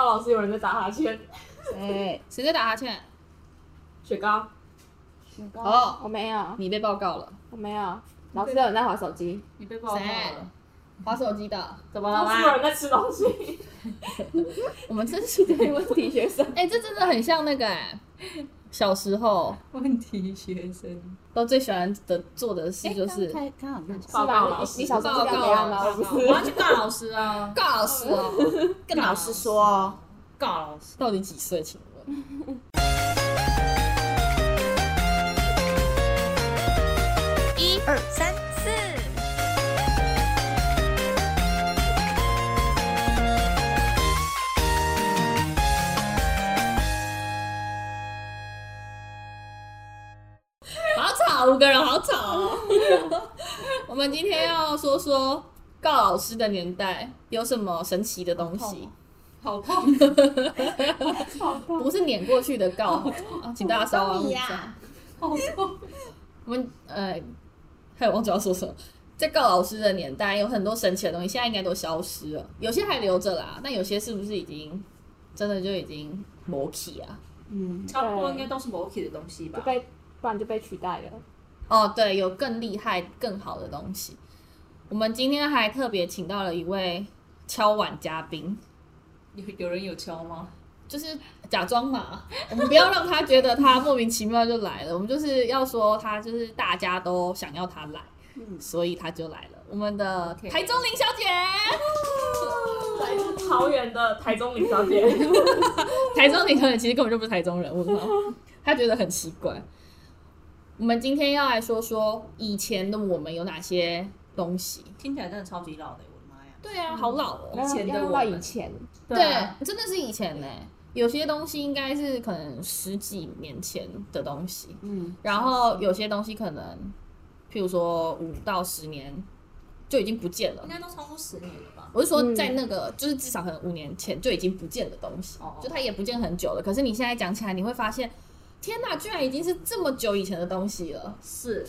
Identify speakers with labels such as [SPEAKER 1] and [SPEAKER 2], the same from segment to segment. [SPEAKER 1] 老师有人在打哈欠，
[SPEAKER 2] 谁？
[SPEAKER 3] 谁在打哈欠？
[SPEAKER 1] 雪糕，
[SPEAKER 2] 雪糕
[SPEAKER 3] 哦
[SPEAKER 2] 我没有，
[SPEAKER 3] 你被报告了，
[SPEAKER 2] 我没有。老师有人在划手机，
[SPEAKER 4] 你被报告
[SPEAKER 3] 谁
[SPEAKER 4] 了，
[SPEAKER 3] 划手机的。
[SPEAKER 4] 怎么了
[SPEAKER 1] 老师有
[SPEAKER 4] 啦？
[SPEAKER 1] 人在吃东西，
[SPEAKER 3] 我们真是的，
[SPEAKER 2] 问题学 生。
[SPEAKER 3] 哎、这真的很像那个、哎，小时候
[SPEAKER 4] 问题学生，
[SPEAKER 3] 都最喜欢的做的事就是
[SPEAKER 2] 哎刚刚好像是
[SPEAKER 1] 报告老
[SPEAKER 2] 你
[SPEAKER 1] 师
[SPEAKER 2] 你小时候是干嘛吗？不
[SPEAKER 4] 我
[SPEAKER 2] 是，
[SPEAKER 4] 要去告老师啊！
[SPEAKER 3] 告老师哦，
[SPEAKER 2] 跟老师说哦。
[SPEAKER 4] 告老师，
[SPEAKER 3] 到底几岁？请问？
[SPEAKER 5] 一二三四，
[SPEAKER 3] 好吵，五个人好吵哦。 我们今天要说说告老师的年代有什么神奇的东西，
[SPEAKER 4] 好痛！
[SPEAKER 3] 不是撵过去的告，啊请大家稍安勿躁。
[SPEAKER 4] 好痛！
[SPEAKER 3] 我们呃，还有忘记要说什么。在告老师的年代，有很多神奇的东西，现在应该都消失了，有些还留着啦，但有些是不是已经真的就已经磨起啊？
[SPEAKER 2] 嗯，
[SPEAKER 4] 差不多应该都是 m o k 的东西吧
[SPEAKER 2] 就？被不然就被取代了。
[SPEAKER 3] 哦，对，有更厉害、更好的东西。我们今天还特别请到了一位敲碗嘉宾，
[SPEAKER 4] 有有人有敲吗？
[SPEAKER 3] 就是假装嘛，我们不要让他觉得他莫名其妙就来了，我们就是要说他就是大家都想要他来，
[SPEAKER 2] 嗯
[SPEAKER 3] 所以他就来了。我们的
[SPEAKER 4] OK
[SPEAKER 3] 台中林小姐，
[SPEAKER 1] 来自桃园的台中林小姐，
[SPEAKER 3] 台中林小姐其实根本就不是台中人，我知道，她觉得很奇怪。我们今天要来说说以前的我们有哪些东西。
[SPEAKER 4] 听起来真的超级老的，我的妈呀！
[SPEAKER 3] 对啊，好老哦。
[SPEAKER 2] 要
[SPEAKER 4] 前的
[SPEAKER 2] 要用
[SPEAKER 4] 我
[SPEAKER 2] 到
[SPEAKER 4] 们
[SPEAKER 2] 以前，
[SPEAKER 1] 啊
[SPEAKER 3] 真的是以前呢、有些东西应该是可能十几年前的东西，
[SPEAKER 2] 嗯，
[SPEAKER 3] 然后有些东西可能，譬如说五到十年就已经不见了
[SPEAKER 4] 应。该都超过十年了吧？
[SPEAKER 3] 我是说，
[SPEAKER 2] 嗯
[SPEAKER 3] 在那个、就是至少可能五年前就已经不见的东西，
[SPEAKER 4] 哦
[SPEAKER 3] 就它也不见很久了。可是你现在讲起来，你会发现，天哪，居然已经是这么久以前的东西了。
[SPEAKER 4] 是，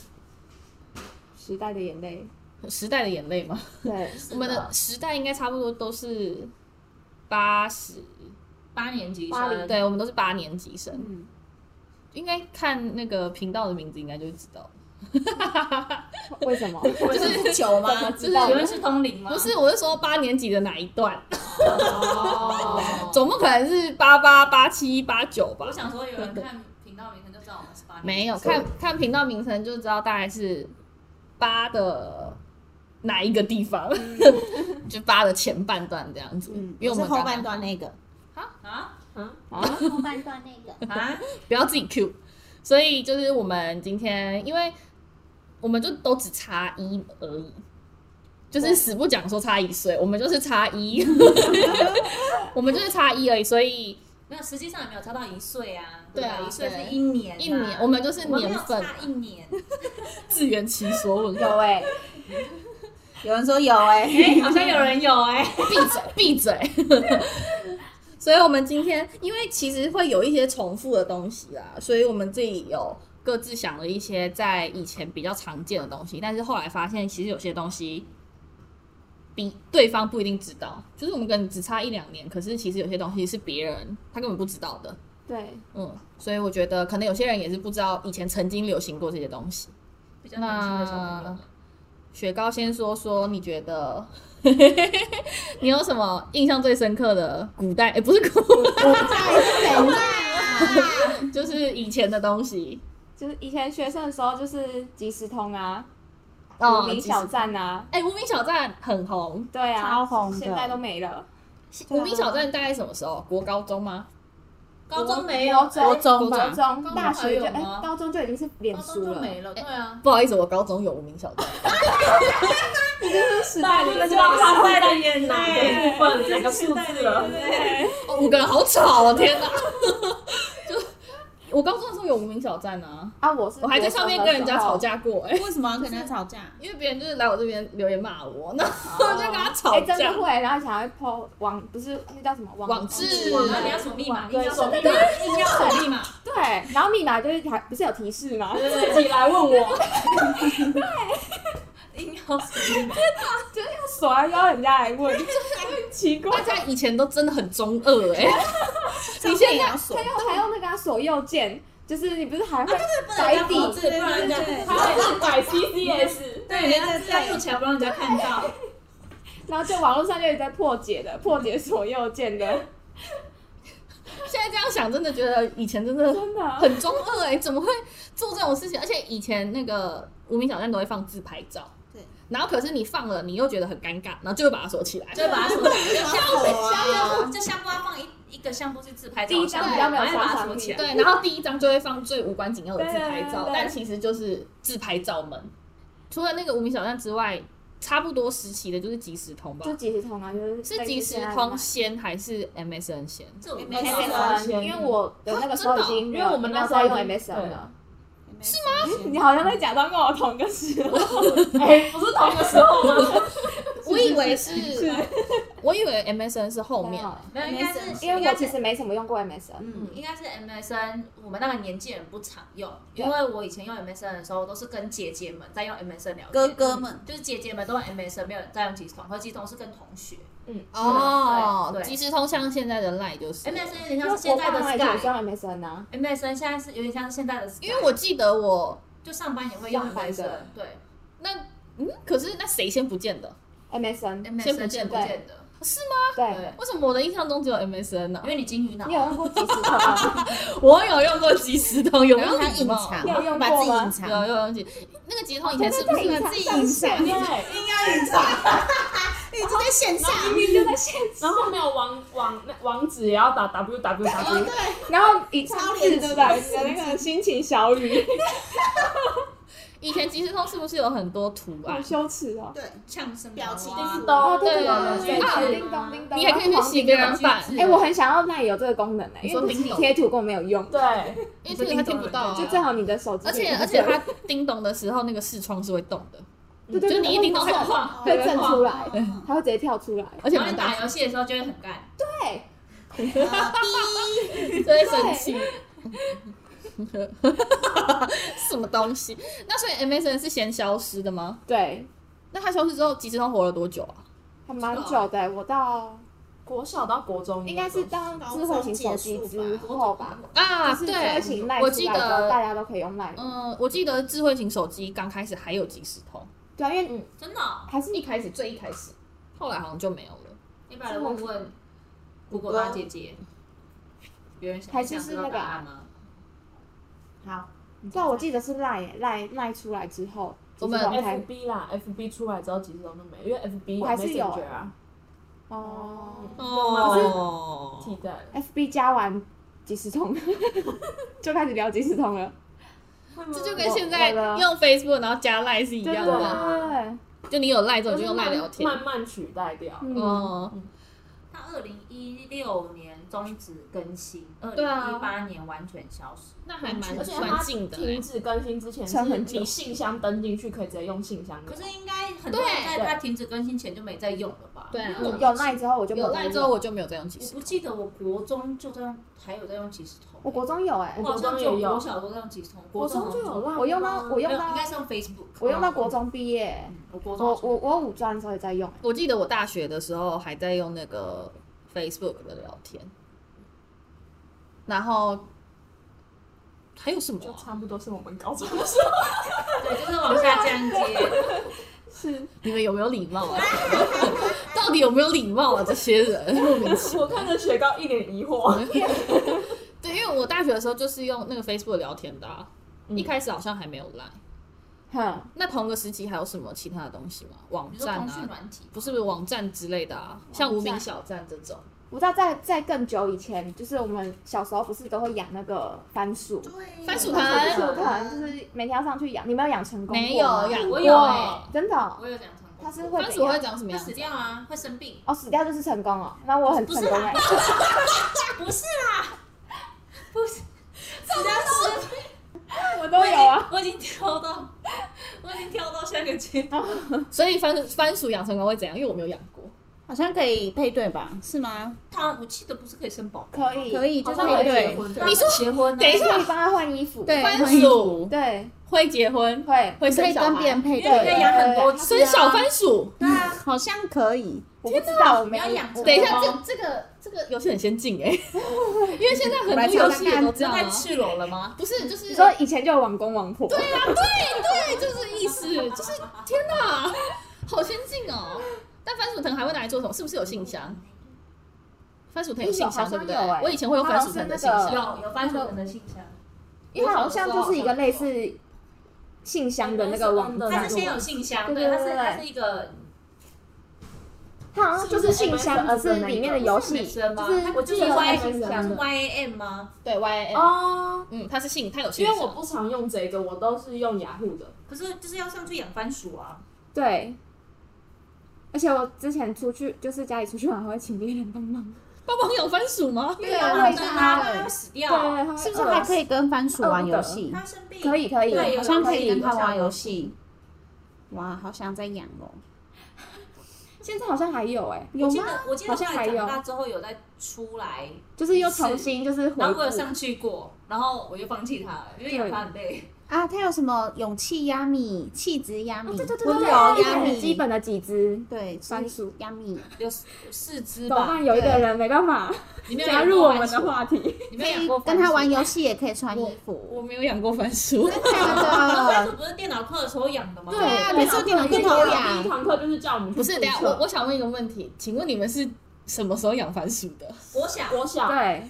[SPEAKER 2] 时代的眼泪。
[SPEAKER 3] 时代的眼泪吗？
[SPEAKER 2] 对，
[SPEAKER 3] 我
[SPEAKER 4] 啊
[SPEAKER 3] 们的时代应该差不多都是八十，
[SPEAKER 4] 八年级
[SPEAKER 2] 八零
[SPEAKER 4] 生，
[SPEAKER 3] 对，我们都是八年级生。
[SPEAKER 2] 嗯，
[SPEAKER 3] 应该看那个频道的名字，应该就会知道。
[SPEAKER 4] 嗯
[SPEAKER 2] 为 什么？
[SPEAKER 3] 就是久 吗？就
[SPEAKER 2] 怎
[SPEAKER 3] 是
[SPEAKER 2] 么
[SPEAKER 4] 请问是通灵吗？
[SPEAKER 3] 不是？我是说八年级的哪一段？
[SPEAKER 4] 哦，
[SPEAKER 3] 总不可能是八八八七八九吧
[SPEAKER 4] 我？想说有人看频道名称就知道我们是八年级，
[SPEAKER 3] 没有，看看频道名称就知道大概是八的哪一个地方，
[SPEAKER 4] 嗯
[SPEAKER 3] 就八的前半段这样子。因为我们刚好
[SPEAKER 2] 段那个
[SPEAKER 4] 啊
[SPEAKER 2] 啊，
[SPEAKER 5] 后半段那个。
[SPEAKER 4] 啊，
[SPEAKER 3] 不要自己 Q。所以就是我们今天，因为我们就都只差一而已，就是死不讲说差一岁，我们就是差 一，我们就是差一而已。所以
[SPEAKER 4] 没有，实际上也没有差到一岁啊，
[SPEAKER 3] 对啊
[SPEAKER 4] 不一岁
[SPEAKER 3] 对
[SPEAKER 4] 是一年啊，
[SPEAKER 3] 一年，我们就是
[SPEAKER 4] 我们没
[SPEAKER 3] 年
[SPEAKER 4] 有
[SPEAKER 3] 份，
[SPEAKER 4] 差一年，
[SPEAKER 3] 自圆其说。问
[SPEAKER 2] 有哎、有人说有哎、
[SPEAKER 4] 哎，好像有人有 哎，
[SPEAKER 3] 闭嘴， 闭嘴。 所以，我们今天因为其实会有一些重复的东西啦，所以我们自己有各自想了一些在以前比较常见的东西，但是后来发现其实有些东西比对方不一定知道，就是我们跟只差一两年，可是其实有些东西是别人他根本不知道的，
[SPEAKER 2] 对，
[SPEAKER 3] 嗯，所以我觉得可能有些人也是不知道以前曾经流行过这些东西。
[SPEAKER 4] 比较年轻的小朋友们。
[SPEAKER 3] 雪糕先说说，你觉得 你有什么印象最深刻的古代？哎、不是古 代，就是以前的东西。
[SPEAKER 2] 就是以前学生的时候，就是即时通啊，
[SPEAKER 3] 哦
[SPEAKER 2] 无名小站啊，
[SPEAKER 3] 哎、无名小站很红。
[SPEAKER 2] 对啊，
[SPEAKER 6] 超红的
[SPEAKER 2] 现在都没了。
[SPEAKER 5] 啊
[SPEAKER 3] 无名小站大概什么时候？国高中吗？
[SPEAKER 4] 高中没有
[SPEAKER 2] 高，
[SPEAKER 6] 国中
[SPEAKER 2] 国
[SPEAKER 6] 吧
[SPEAKER 2] 中、
[SPEAKER 4] 中
[SPEAKER 2] 大学就
[SPEAKER 4] 还有
[SPEAKER 2] 哎、
[SPEAKER 4] 吗
[SPEAKER 2] 高中就已经是脸
[SPEAKER 4] 高
[SPEAKER 2] 书
[SPEAKER 4] 中就
[SPEAKER 2] 了，
[SPEAKER 4] 没了，对啊，
[SPEAKER 3] 不好意思，我高中有无名小站。
[SPEAKER 2] 时代
[SPEAKER 1] 你
[SPEAKER 2] 真的
[SPEAKER 1] 们
[SPEAKER 2] 就
[SPEAKER 1] 知
[SPEAKER 2] 是
[SPEAKER 1] 道时代的眼泪部分整个数字了，
[SPEAKER 3] 哦，五个人好吵哦！天哪， 就我高中的时候有无名小站啊，
[SPEAKER 2] 啊，我是
[SPEAKER 3] 我还在上面跟人家吵。架过、哎，
[SPEAKER 6] 为什么要跟人家吵架？
[SPEAKER 3] 因为别人就是来我这边留言骂我，然后我就跟他吵
[SPEAKER 2] 哎、
[SPEAKER 3] 架。
[SPEAKER 2] 真的会，然后想要 po 网，不是那叫什么网
[SPEAKER 3] 网志
[SPEAKER 2] 网
[SPEAKER 4] 然后你要锁密码，硬
[SPEAKER 2] 对，
[SPEAKER 4] 要锁密
[SPEAKER 2] 对
[SPEAKER 4] 码，硬要锁密码，
[SPEAKER 2] 对，然后密码就是还不是有提示吗？
[SPEAKER 1] 自己来问我，
[SPEAKER 4] 硬要锁密码。
[SPEAKER 2] 就是要锁啊，邀人家来问，
[SPEAKER 1] 奇怪
[SPEAKER 3] 大。家以前都真的很中二哎、你现
[SPEAKER 2] 现
[SPEAKER 3] 在
[SPEAKER 2] 在还有还有那个啊手右键，就是你不是
[SPEAKER 3] 啊
[SPEAKER 2] 还会
[SPEAKER 4] 白
[SPEAKER 2] 摆
[SPEAKER 4] 底，
[SPEAKER 2] 底，
[SPEAKER 4] 不然人家
[SPEAKER 1] 他还是摆 CCS，
[SPEAKER 4] 对人家字要用起来，不让人家看到。
[SPEAKER 2] 然后就网络上就有在破解的，破解手右键的，
[SPEAKER 3] 现在这样想，真的觉得以前真的
[SPEAKER 2] 真的啊
[SPEAKER 3] 很中二哎、怎么会做这种事情？而且以前那个无名小站都会放自拍照，
[SPEAKER 5] 对，
[SPEAKER 3] 然后可是你放了，你又觉得很尴尬，然后就会把它锁起来。
[SPEAKER 4] 就把它锁起来，
[SPEAKER 5] 啊
[SPEAKER 4] 相簿就相簿要放一一个相簿是自拍照，
[SPEAKER 2] 第一张
[SPEAKER 4] 相
[SPEAKER 2] 比较没有
[SPEAKER 4] 然后把
[SPEAKER 2] 杀
[SPEAKER 4] 它
[SPEAKER 2] 伤
[SPEAKER 4] 锁
[SPEAKER 2] 力
[SPEAKER 4] 起来。
[SPEAKER 3] 对，然后第一张就会放最无关紧要的自拍
[SPEAKER 2] 对对
[SPEAKER 3] 照
[SPEAKER 2] 对，
[SPEAKER 3] 但其实就是自拍照门。除了那个无名小站之外，差不多时期的就是即时通吧
[SPEAKER 2] 就？即时通啊，就是
[SPEAKER 3] 是即时通先还是 MSN 先？
[SPEAKER 4] 这种
[SPEAKER 5] 没事
[SPEAKER 2] MSN，因为我的那个时候已经没有，
[SPEAKER 1] 啊真的哦因为我们那
[SPEAKER 2] 那
[SPEAKER 1] 时
[SPEAKER 2] 时
[SPEAKER 1] 候
[SPEAKER 2] 候
[SPEAKER 1] 已
[SPEAKER 2] 用
[SPEAKER 1] 经
[SPEAKER 2] MSN 了。
[SPEAKER 5] 是吗
[SPEAKER 2] 你好像在假装跟我同个时候，
[SPEAKER 1] 哎，不是同一个时候吗？
[SPEAKER 3] 我以为是， 我以为 MSN 是后面。
[SPEAKER 4] 没有，应该是
[SPEAKER 2] 因
[SPEAKER 4] 应
[SPEAKER 2] 为我
[SPEAKER 4] 该
[SPEAKER 2] 其
[SPEAKER 4] 是
[SPEAKER 2] 实没什么用过 MSN，
[SPEAKER 5] 嗯，
[SPEAKER 4] 应该是 MSN，我们那个年纪人不常用，因为我以前用 MSN 的时候，都是跟姐姐们在用 MSN 聊天，
[SPEAKER 5] 哥哥们
[SPEAKER 4] 就是姐姐们都用 MSN，没有人在用即时通，和即时通是跟同学。
[SPEAKER 3] 哦
[SPEAKER 4] 对，对
[SPEAKER 3] 即时通像现在的 Line 就是。
[SPEAKER 4] MSN 有点
[SPEAKER 2] 因
[SPEAKER 4] 像
[SPEAKER 2] 为
[SPEAKER 4] 是现在的
[SPEAKER 2] 我爸妈以前也是
[SPEAKER 4] Sky。
[SPEAKER 2] 用 MSN 啊，
[SPEAKER 4] MSN 现在是有点像现在的 Sky，
[SPEAKER 3] 因为我记得我
[SPEAKER 4] 就上班也会用
[SPEAKER 2] 上班
[SPEAKER 4] MSN，
[SPEAKER 2] 的
[SPEAKER 4] 对
[SPEAKER 3] 那嗯，可是那谁先不见的？
[SPEAKER 2] MSN，
[SPEAKER 4] ，MSN
[SPEAKER 3] 不见
[SPEAKER 4] 不见的，
[SPEAKER 2] 对，
[SPEAKER 4] 对，
[SPEAKER 3] 为什么我的印象中只有 MSN 呢、
[SPEAKER 4] 因为你金鱼脑
[SPEAKER 2] 你，有用过即时通吗？
[SPEAKER 3] 啊我有用过即时通，有没
[SPEAKER 5] 然后
[SPEAKER 3] 有
[SPEAKER 5] 还
[SPEAKER 3] 礼
[SPEAKER 5] 隐
[SPEAKER 3] 貌？
[SPEAKER 5] 藏，
[SPEAKER 2] 有用过吗
[SPEAKER 5] 把自己隐藏，
[SPEAKER 3] 有有用即那个即时通以前是不是
[SPEAKER 2] 对对
[SPEAKER 3] 把
[SPEAKER 2] 对
[SPEAKER 3] 自己隐
[SPEAKER 2] 上
[SPEAKER 3] 藏？
[SPEAKER 1] 对。
[SPEAKER 5] 你就在线上，
[SPEAKER 1] 然后没有网网网址也要打 w w w，
[SPEAKER 2] 然后一上
[SPEAKER 5] 超
[SPEAKER 2] 次
[SPEAKER 5] 脸
[SPEAKER 2] 对
[SPEAKER 5] 皮
[SPEAKER 2] 不对？你的那个心情小雨，
[SPEAKER 3] 以前即时通是不是有很多图啊
[SPEAKER 2] 好
[SPEAKER 3] 案？
[SPEAKER 2] 羞耻哦。
[SPEAKER 5] 对，
[SPEAKER 4] 呛声
[SPEAKER 5] 表情
[SPEAKER 4] 啊
[SPEAKER 2] 哦，对对
[SPEAKER 3] 对
[SPEAKER 2] 对对
[SPEAKER 3] 啊
[SPEAKER 2] 对，叮咚叮咚，
[SPEAKER 3] 你还可以去写个人版，
[SPEAKER 2] 哎、我很想要那里有这个功能呢、
[SPEAKER 3] 你
[SPEAKER 2] 因
[SPEAKER 3] 说
[SPEAKER 2] 为你自己贴图根本没有用，
[SPEAKER 1] 对，
[SPEAKER 3] 因为这个他听不到、啊，
[SPEAKER 2] 就正好你的手机
[SPEAKER 3] 而
[SPEAKER 2] 也
[SPEAKER 3] 且
[SPEAKER 2] 不
[SPEAKER 3] 而
[SPEAKER 2] 会
[SPEAKER 3] 且
[SPEAKER 2] 震，
[SPEAKER 3] 它叮咚的时候，那个视窗是会动的，
[SPEAKER 2] 对对
[SPEAKER 3] 就
[SPEAKER 2] 对，
[SPEAKER 3] 你一叮咚它就晃，
[SPEAKER 2] 它会震出来，它会直接跳出来，
[SPEAKER 3] 而且
[SPEAKER 4] 然后
[SPEAKER 3] 蛮
[SPEAKER 4] 你
[SPEAKER 3] 大
[SPEAKER 4] 打游戏的时候就会很干，
[SPEAKER 2] 对，
[SPEAKER 3] 就会生气。 什么东西？那所以 MSN 是先消失的吗？
[SPEAKER 2] 对，
[SPEAKER 3] 那它消失之后，即时通活了多久啊？
[SPEAKER 2] 还蛮久的、我到
[SPEAKER 1] 国小到国中
[SPEAKER 2] 应该是当智慧型手机之后吧，
[SPEAKER 3] 啊，
[SPEAKER 2] 就是智慧
[SPEAKER 3] 对，
[SPEAKER 2] 型赖出
[SPEAKER 3] 我
[SPEAKER 2] 来
[SPEAKER 3] 记
[SPEAKER 2] 之
[SPEAKER 3] 得
[SPEAKER 2] 后，大家都可以用赖、
[SPEAKER 3] 嗯，我记得智慧型手机刚开始还有即时通，
[SPEAKER 2] 对啊，因
[SPEAKER 3] 嗯
[SPEAKER 2] 为
[SPEAKER 4] 真的哦。
[SPEAKER 2] 还是
[SPEAKER 3] 一开始最一开始，后来好像就没有了。
[SPEAKER 4] 你把来问问姑姑大姐姐，有人想
[SPEAKER 2] 啊还是
[SPEAKER 4] 想
[SPEAKER 2] 是
[SPEAKER 4] 知
[SPEAKER 2] 那个啊
[SPEAKER 4] 道答案吗？
[SPEAKER 5] 好，
[SPEAKER 2] 对，啊我记得是赖赖赖出来之后，
[SPEAKER 3] 我们
[SPEAKER 2] 即时通才
[SPEAKER 1] FB 啦，FB 出来之后其实都没，因为 FB
[SPEAKER 2] 我还是有
[SPEAKER 1] Messenger 啊
[SPEAKER 2] 哦
[SPEAKER 3] 哦，
[SPEAKER 1] 替代了。
[SPEAKER 2] ，FB 加完即时通 就开始聊即时通了，
[SPEAKER 3] 这就跟现在
[SPEAKER 2] 嗯我我的
[SPEAKER 3] 用 Facebook 然后加赖是一
[SPEAKER 2] 对
[SPEAKER 3] 样
[SPEAKER 2] 对
[SPEAKER 3] 的啊，
[SPEAKER 2] 对，
[SPEAKER 3] 就你有赖之后
[SPEAKER 1] 就
[SPEAKER 3] 你就是用赖聊天。
[SPEAKER 1] 慢慢取代掉。
[SPEAKER 2] 嗯
[SPEAKER 3] 哦，
[SPEAKER 4] 他二零一六年终止更新，二
[SPEAKER 3] 对啊
[SPEAKER 4] 零一八年完全消失。
[SPEAKER 3] 那还蛮
[SPEAKER 1] 而且它
[SPEAKER 3] 蛮近的欸
[SPEAKER 1] 停止更新之前是
[SPEAKER 2] 撑很久
[SPEAKER 1] 你信箱登进去可以直接用信箱的，
[SPEAKER 4] 可是应该很多人在他停止更新前就没再用了吧？
[SPEAKER 3] 对啊
[SPEAKER 4] 因为我
[SPEAKER 2] 有赖之后我就没
[SPEAKER 3] 有赖之后
[SPEAKER 2] 用
[SPEAKER 3] 我就没有再用即
[SPEAKER 4] 我
[SPEAKER 3] 时
[SPEAKER 4] 不记得我国中就在用，还有在用即时通。
[SPEAKER 2] 我国中有哎、
[SPEAKER 4] 我好像
[SPEAKER 1] 我国中
[SPEAKER 4] 就
[SPEAKER 1] 也有
[SPEAKER 4] 国小都在用即时通，
[SPEAKER 1] 国中
[SPEAKER 4] 好
[SPEAKER 1] 就
[SPEAKER 4] 像
[SPEAKER 1] 有
[SPEAKER 3] 哦
[SPEAKER 1] 啊啦。
[SPEAKER 2] 我用到我
[SPEAKER 4] 没有，
[SPEAKER 2] 用到
[SPEAKER 4] 应该是用 Facebook。
[SPEAKER 2] 我用到国，中毕业，
[SPEAKER 4] 我国中
[SPEAKER 2] 我我我五专的时候也在用，
[SPEAKER 3] 我记得我大学的时候还在用那个 Facebook 的聊天，然后还有什么
[SPEAKER 1] 就
[SPEAKER 3] 啊、
[SPEAKER 1] 差不多是我们高中 的时
[SPEAKER 4] 对，就是往下降
[SPEAKER 2] 啊
[SPEAKER 4] 阶。
[SPEAKER 2] 是
[SPEAKER 3] 你们有没有礼貌啊？ 到底有没有礼貌啊？这些人 莫名其妙。
[SPEAKER 1] 候，我看着雪糕一脸疑惑。
[SPEAKER 3] 对，因为我大学的时候就是用那个 Facebook 聊天的、啊，一开始好像还没有赖。
[SPEAKER 2] 哼，
[SPEAKER 3] 那同个时期还有什么其他的东西吗？网
[SPEAKER 4] 你说通
[SPEAKER 3] 站
[SPEAKER 4] 讯
[SPEAKER 3] 啊，
[SPEAKER 4] 软体，
[SPEAKER 3] 不是网站之类的啊，像无名小站这种。
[SPEAKER 2] 我知道在在更久以前，就是我们小时候不是都会养那个番薯，
[SPEAKER 5] 对，
[SPEAKER 3] 番薯藤
[SPEAKER 2] 番薯藤就是每天要上去养，你没有养成功过吗
[SPEAKER 3] 没有养
[SPEAKER 4] 我
[SPEAKER 3] 过
[SPEAKER 4] 有
[SPEAKER 3] 欸
[SPEAKER 4] 哎，
[SPEAKER 2] 真的哦、
[SPEAKER 4] 我有讲成功。
[SPEAKER 2] 它是会
[SPEAKER 3] 番薯
[SPEAKER 2] 怎
[SPEAKER 3] 会
[SPEAKER 2] 样？
[SPEAKER 3] 长什么
[SPEAKER 4] 会
[SPEAKER 3] 样
[SPEAKER 4] 死
[SPEAKER 3] 子？
[SPEAKER 4] 掉啊，会生病。
[SPEAKER 2] 哦，死掉就是成功哦，那我很成功哎、
[SPEAKER 4] 不是啦，不是，死掉死，
[SPEAKER 2] 我都有啊，
[SPEAKER 4] 我已经跳到，我已经跳到下一个阶
[SPEAKER 2] 啊
[SPEAKER 4] 段。
[SPEAKER 3] 所以番番薯养成功会怎样？因为我没有养过。
[SPEAKER 5] 好像可以配对吧？是吗？
[SPEAKER 4] 他我记得不是可以生宝宝，
[SPEAKER 2] 可以
[SPEAKER 5] 可，以，就
[SPEAKER 1] 好
[SPEAKER 5] 是
[SPEAKER 1] 像
[SPEAKER 5] 配
[SPEAKER 1] 有
[SPEAKER 5] 对
[SPEAKER 1] 结，婚
[SPEAKER 4] 你说结婚啊？
[SPEAKER 3] 等一
[SPEAKER 2] 可以帮他换衣服，
[SPEAKER 5] 对，
[SPEAKER 3] 番薯
[SPEAKER 2] 对，
[SPEAKER 3] 会结婚，
[SPEAKER 2] 会
[SPEAKER 3] 会
[SPEAKER 5] 可
[SPEAKER 3] 生
[SPEAKER 5] 以
[SPEAKER 3] 小
[SPEAKER 5] 跟别
[SPEAKER 3] 孩
[SPEAKER 5] 人，配
[SPEAKER 4] 因为
[SPEAKER 5] 对，
[SPEAKER 4] 可以养很多只啊
[SPEAKER 3] 生小番薯。
[SPEAKER 5] 对啊，好像可以。
[SPEAKER 2] 我不知道，我
[SPEAKER 4] 不
[SPEAKER 2] 没
[SPEAKER 4] 要
[SPEAKER 2] 有
[SPEAKER 4] 养
[SPEAKER 2] 过
[SPEAKER 4] 成
[SPEAKER 3] 等一下，
[SPEAKER 4] 猫
[SPEAKER 3] 这这个这个游戏很先进哎、因为现在很
[SPEAKER 5] 我来
[SPEAKER 3] 多
[SPEAKER 5] 这个
[SPEAKER 3] 游戏也都这样、
[SPEAKER 4] 太
[SPEAKER 3] 啊。
[SPEAKER 4] 赤裸了吗？
[SPEAKER 3] 不是，就是
[SPEAKER 2] 你说以前就有王公王婆，
[SPEAKER 3] 对啊，对对，就是意思，就是天哪，好先进哦！但番薯藤还会拿来做什么？是不是有信箱？番薯藤有信箱
[SPEAKER 2] 有
[SPEAKER 3] 对不对
[SPEAKER 2] 好像有欸？
[SPEAKER 3] 我以前会用番薯藤的信
[SPEAKER 2] 它好像是
[SPEAKER 3] 箱
[SPEAKER 2] 那，
[SPEAKER 4] 有有番薯藤的信箱，
[SPEAKER 2] 因为它好像就是一个类似信箱的那个网
[SPEAKER 1] 嗯
[SPEAKER 4] 它
[SPEAKER 2] 站
[SPEAKER 4] 是，先有信箱，
[SPEAKER 2] 对
[SPEAKER 4] 对，
[SPEAKER 2] 对
[SPEAKER 4] 它
[SPEAKER 2] 对
[SPEAKER 4] 是它
[SPEAKER 2] 对
[SPEAKER 4] 是一个
[SPEAKER 2] 它好像就是信箱，而是里面的游戏，
[SPEAKER 4] 是 MSN 吗
[SPEAKER 2] 就是
[SPEAKER 4] 它不
[SPEAKER 2] 就是是有
[SPEAKER 4] Y
[SPEAKER 2] 信
[SPEAKER 4] 它
[SPEAKER 2] 箱
[SPEAKER 4] 是
[SPEAKER 2] 的。
[SPEAKER 4] Y A M 吗？
[SPEAKER 3] 对 Y A，
[SPEAKER 1] 哦，
[SPEAKER 3] 嗯，它是信，它有信
[SPEAKER 1] 因
[SPEAKER 3] 箱。
[SPEAKER 1] 为我不常用这个，我都是用雅虎的。
[SPEAKER 4] 可是就是要上去养番薯啊，
[SPEAKER 2] 对，而且我之前出去就是家里出去玩，还会请别人帮忙。
[SPEAKER 3] 帮忙养番薯吗？
[SPEAKER 5] 对
[SPEAKER 4] 要
[SPEAKER 5] 啊，
[SPEAKER 4] 不
[SPEAKER 5] 喂
[SPEAKER 4] 然
[SPEAKER 5] 它
[SPEAKER 4] 它要死
[SPEAKER 2] 对，
[SPEAKER 4] 掉，
[SPEAKER 2] 它会呃
[SPEAKER 5] 是不是还可以跟番薯玩游戏
[SPEAKER 4] 它？要生病。
[SPEAKER 2] 可以可以，
[SPEAKER 4] 对
[SPEAKER 5] 好像可以跟它玩游戏。哇，好想再养哦！
[SPEAKER 2] 现在好像还有哎、
[SPEAKER 5] 有
[SPEAKER 4] 我记
[SPEAKER 5] 吗？
[SPEAKER 4] 得我记得
[SPEAKER 2] 好像
[SPEAKER 4] 后来
[SPEAKER 2] 还有
[SPEAKER 4] 长大之后有再出来，
[SPEAKER 2] 就是又重新就是回
[SPEAKER 4] 然后我有
[SPEAKER 2] 顾。
[SPEAKER 4] 上去过，然后我就放弃它了，因为养它很累。
[SPEAKER 5] 啊，它有什么勇气压米、气质压米、
[SPEAKER 2] 哦对对对
[SPEAKER 5] 温
[SPEAKER 2] 对，
[SPEAKER 5] 柔
[SPEAKER 2] 对
[SPEAKER 5] 嗯压
[SPEAKER 2] 很基
[SPEAKER 5] 米？
[SPEAKER 2] 本的几只。
[SPEAKER 5] 对，
[SPEAKER 2] 番薯
[SPEAKER 5] 压米。
[SPEAKER 4] 有四四只
[SPEAKER 2] 手
[SPEAKER 4] 吧
[SPEAKER 2] 上，有一个人没办法
[SPEAKER 4] 你没有
[SPEAKER 2] 加
[SPEAKER 4] 养
[SPEAKER 2] 入
[SPEAKER 4] 过
[SPEAKER 2] 我
[SPEAKER 4] 番
[SPEAKER 2] 们
[SPEAKER 4] 薯
[SPEAKER 2] 的话题，
[SPEAKER 4] 你
[SPEAKER 5] 可
[SPEAKER 4] 没有养
[SPEAKER 5] 以
[SPEAKER 4] 过
[SPEAKER 5] 跟他
[SPEAKER 4] 番薯
[SPEAKER 5] 玩游戏，也可以穿衣服。
[SPEAKER 3] 啊我没有养过番薯，
[SPEAKER 5] 真的
[SPEAKER 4] 番薯不是电脑课的时候养的吗？
[SPEAKER 5] 对啊每次都点
[SPEAKER 1] 第
[SPEAKER 5] 个
[SPEAKER 1] 一
[SPEAKER 5] 头
[SPEAKER 1] 堂
[SPEAKER 5] 痒
[SPEAKER 1] 第一堂课就是叫我们去
[SPEAKER 3] 哦不是？等一下
[SPEAKER 1] 注册
[SPEAKER 3] 我我想问一个问题，请问你们是什么时候养番薯的？
[SPEAKER 4] 我想，
[SPEAKER 1] 国小
[SPEAKER 2] 对，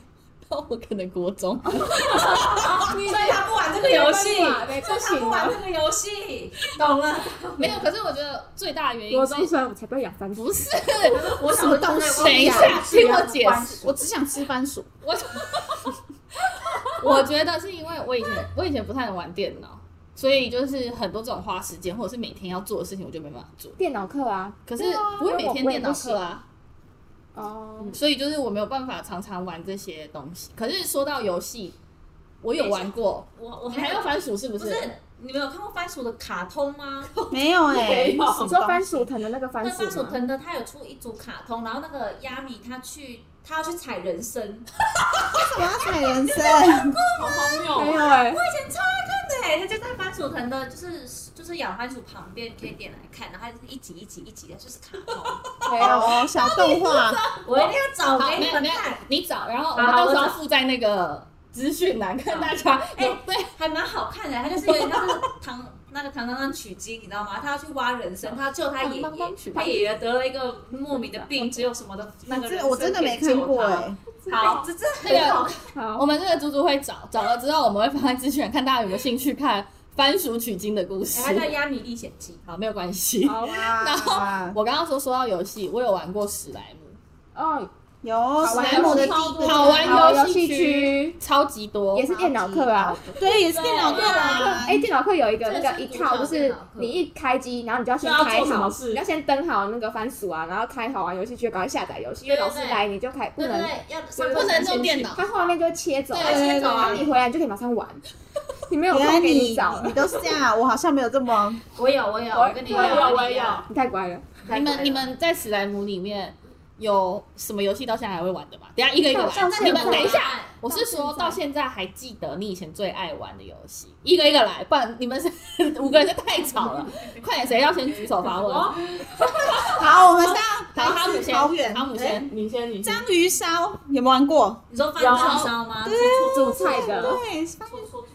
[SPEAKER 3] 我可能国中，
[SPEAKER 4] 所以他不玩这个游戏，
[SPEAKER 2] 没
[SPEAKER 4] 所以他不玩这个游戏，懂了？
[SPEAKER 3] 没有。可是我觉得最大的原因
[SPEAKER 2] 国
[SPEAKER 3] 是
[SPEAKER 2] 中，生我才不要养番薯，
[SPEAKER 3] 不是？
[SPEAKER 5] 我什么东西？
[SPEAKER 3] 等一下，听我解释。
[SPEAKER 5] 我只想吃番薯。
[SPEAKER 3] 我觉得是因为我以前我以前不太能玩电脑，所以就是很多这种花时间或者是每天要做的事情，我就没办法做。
[SPEAKER 2] 电脑课啊，
[SPEAKER 3] 可是
[SPEAKER 2] 对啊
[SPEAKER 3] 不会每天
[SPEAKER 2] 我
[SPEAKER 3] 电脑课啊，嗯
[SPEAKER 2] 哦，
[SPEAKER 3] 所以就是我没有办法常常玩这些东西。可是说到游戏，我有玩过，
[SPEAKER 4] 我我
[SPEAKER 3] 你还要番薯是不
[SPEAKER 4] 不
[SPEAKER 3] 是？
[SPEAKER 4] 是你们有看过番薯的卡通吗？
[SPEAKER 5] 没有哎，
[SPEAKER 1] 没有
[SPEAKER 5] 什么
[SPEAKER 2] 你说番
[SPEAKER 5] 东西
[SPEAKER 2] 薯藤的那个番
[SPEAKER 4] 那
[SPEAKER 2] 薯
[SPEAKER 4] 番薯
[SPEAKER 2] 吗？
[SPEAKER 4] 藤的他有出一组卡通，然后那个亚米他去他要去采人参，
[SPEAKER 5] 什么采人参？
[SPEAKER 1] 好荒谬
[SPEAKER 2] 没
[SPEAKER 1] 哦。
[SPEAKER 2] 有哎，
[SPEAKER 4] 对，欸他就在番薯藤的，就是就是养番薯旁边可以点来看，然后它是一集一集一集的，就是卡通，
[SPEAKER 5] 没有哦，小动画。
[SPEAKER 4] 我一定要找
[SPEAKER 3] 好，
[SPEAKER 4] 给
[SPEAKER 3] 没
[SPEAKER 4] 你
[SPEAKER 3] 有
[SPEAKER 4] 们
[SPEAKER 3] 没有
[SPEAKER 4] 看，，
[SPEAKER 3] 你找，然后我
[SPEAKER 4] 好
[SPEAKER 3] 们
[SPEAKER 4] 好
[SPEAKER 3] 到时
[SPEAKER 4] 我
[SPEAKER 3] 候
[SPEAKER 4] 找
[SPEAKER 3] 附在那个资讯栏，看大家
[SPEAKER 4] 哎
[SPEAKER 3] 有对。
[SPEAKER 4] 还蛮好看的，他就是有点像是唐那个唐当当取经，你知道吗？他要去挖人参，他要救他爷
[SPEAKER 3] 唐当当取经
[SPEAKER 4] 爷，他爷爷得了一个莫名的病，只有什么的那个人
[SPEAKER 5] 这
[SPEAKER 4] 参
[SPEAKER 5] 我真的没
[SPEAKER 4] 可以救
[SPEAKER 5] 看过
[SPEAKER 4] 他
[SPEAKER 5] 哎，
[SPEAKER 4] 好，这这
[SPEAKER 3] 那个我
[SPEAKER 2] 好，
[SPEAKER 3] 们这个猪猪会找，找了之后我们会放在资讯栏，看大家有没有兴趣看番薯取经的故事。
[SPEAKER 4] 它叫《亚米历险记
[SPEAKER 3] 好，没有关系。
[SPEAKER 2] 哎好
[SPEAKER 5] 欸然后
[SPEAKER 3] 我刚刚说说到游戏，我有玩过史莱姆，
[SPEAKER 2] 哦，
[SPEAKER 5] 有史莱姆的地
[SPEAKER 1] 好玩
[SPEAKER 3] 好玩
[SPEAKER 2] 好
[SPEAKER 3] 游
[SPEAKER 2] 游
[SPEAKER 3] 戏
[SPEAKER 2] 戏
[SPEAKER 3] 区
[SPEAKER 2] 区
[SPEAKER 3] 超级多
[SPEAKER 2] 也。是电脑课啊。
[SPEAKER 5] 对，也是电脑课啊。
[SPEAKER 2] 哎，电脑课有一个
[SPEAKER 4] 这
[SPEAKER 2] 那
[SPEAKER 4] 是
[SPEAKER 2] 个一套，就
[SPEAKER 4] 电
[SPEAKER 2] 是
[SPEAKER 4] 脑课
[SPEAKER 2] 你一开机，然后你就要先
[SPEAKER 1] 就要
[SPEAKER 2] 开
[SPEAKER 1] 做什
[SPEAKER 2] 好
[SPEAKER 1] 么，事
[SPEAKER 2] 你要先登好那个番薯啊，然后开好玩游戏区，赶快下载游戏，因为
[SPEAKER 4] 对对
[SPEAKER 2] 老师
[SPEAKER 4] 对
[SPEAKER 2] 来你就开》，不
[SPEAKER 4] 对对
[SPEAKER 2] 能，
[SPEAKER 4] 对，要上
[SPEAKER 3] 不能用电脑
[SPEAKER 2] 它画面就会切走，
[SPEAKER 4] 对切走啊
[SPEAKER 2] 然后你回来你就可以马上玩，你没有
[SPEAKER 5] 原来
[SPEAKER 2] 空给
[SPEAKER 5] 你
[SPEAKER 2] 你找了
[SPEAKER 5] 你，都是这样啊，我好像没有这么。
[SPEAKER 4] 我有我有，
[SPEAKER 1] 我
[SPEAKER 4] 我跟你
[SPEAKER 1] 我有
[SPEAKER 4] 有
[SPEAKER 1] 我有
[SPEAKER 2] 你太乖了。
[SPEAKER 3] 你们你们在史莱姆里面有什么游戏到现在还会玩的吗？等一下一个一个
[SPEAKER 2] 到到
[SPEAKER 3] 来。
[SPEAKER 2] 现
[SPEAKER 3] 你
[SPEAKER 2] 在
[SPEAKER 3] 们等一下，
[SPEAKER 4] 下，
[SPEAKER 3] 我是说到
[SPEAKER 2] 到
[SPEAKER 3] 现在还记得你以前最爱玩的游戏，一个一个来，不然你们是 五个人就太吵了。快点，谁要先举手发问？
[SPEAKER 1] 我
[SPEAKER 2] 哦
[SPEAKER 3] 好，
[SPEAKER 5] 好，我们上
[SPEAKER 3] 哈姆先，
[SPEAKER 5] 桃园
[SPEAKER 3] 哈姆
[SPEAKER 2] 哎
[SPEAKER 3] 先。
[SPEAKER 1] 你先，你先。
[SPEAKER 5] 章鱼烧，有没有玩过？
[SPEAKER 4] 你说翻
[SPEAKER 1] 有
[SPEAKER 4] 照烧吗？对，
[SPEAKER 1] 煮菜的，
[SPEAKER 5] 对，
[SPEAKER 4] 章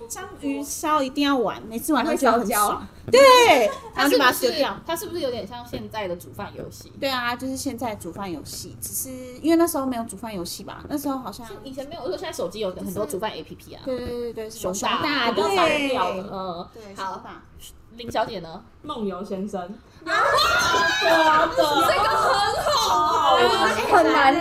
[SPEAKER 5] 章鱼烧一定要玩，每次玩都觉得很
[SPEAKER 2] 会烧
[SPEAKER 5] 爽。对， 然
[SPEAKER 3] 它
[SPEAKER 5] 后
[SPEAKER 3] 是
[SPEAKER 5] 就把它
[SPEAKER 3] 不
[SPEAKER 5] 丢
[SPEAKER 3] 是
[SPEAKER 5] 掉。
[SPEAKER 3] 它是不是有点像现在的煮饭游戏？
[SPEAKER 5] 对啊，就是现在煮饭游戏，只是因为那时候没有煮饭游戏吧，那时候好像
[SPEAKER 3] 以前没有，我说现在手机有很多煮饭 APP 啊。
[SPEAKER 5] 对对对对，什么
[SPEAKER 3] 熊大
[SPEAKER 5] 大
[SPEAKER 1] 比较少人聊
[SPEAKER 5] 对
[SPEAKER 1] 的
[SPEAKER 3] 呃，
[SPEAKER 5] 对，
[SPEAKER 3] 好
[SPEAKER 5] 熊大
[SPEAKER 3] 林小姐呢？
[SPEAKER 1] 梦游先生。啊，的，这个
[SPEAKER 4] 好
[SPEAKER 2] 很难呢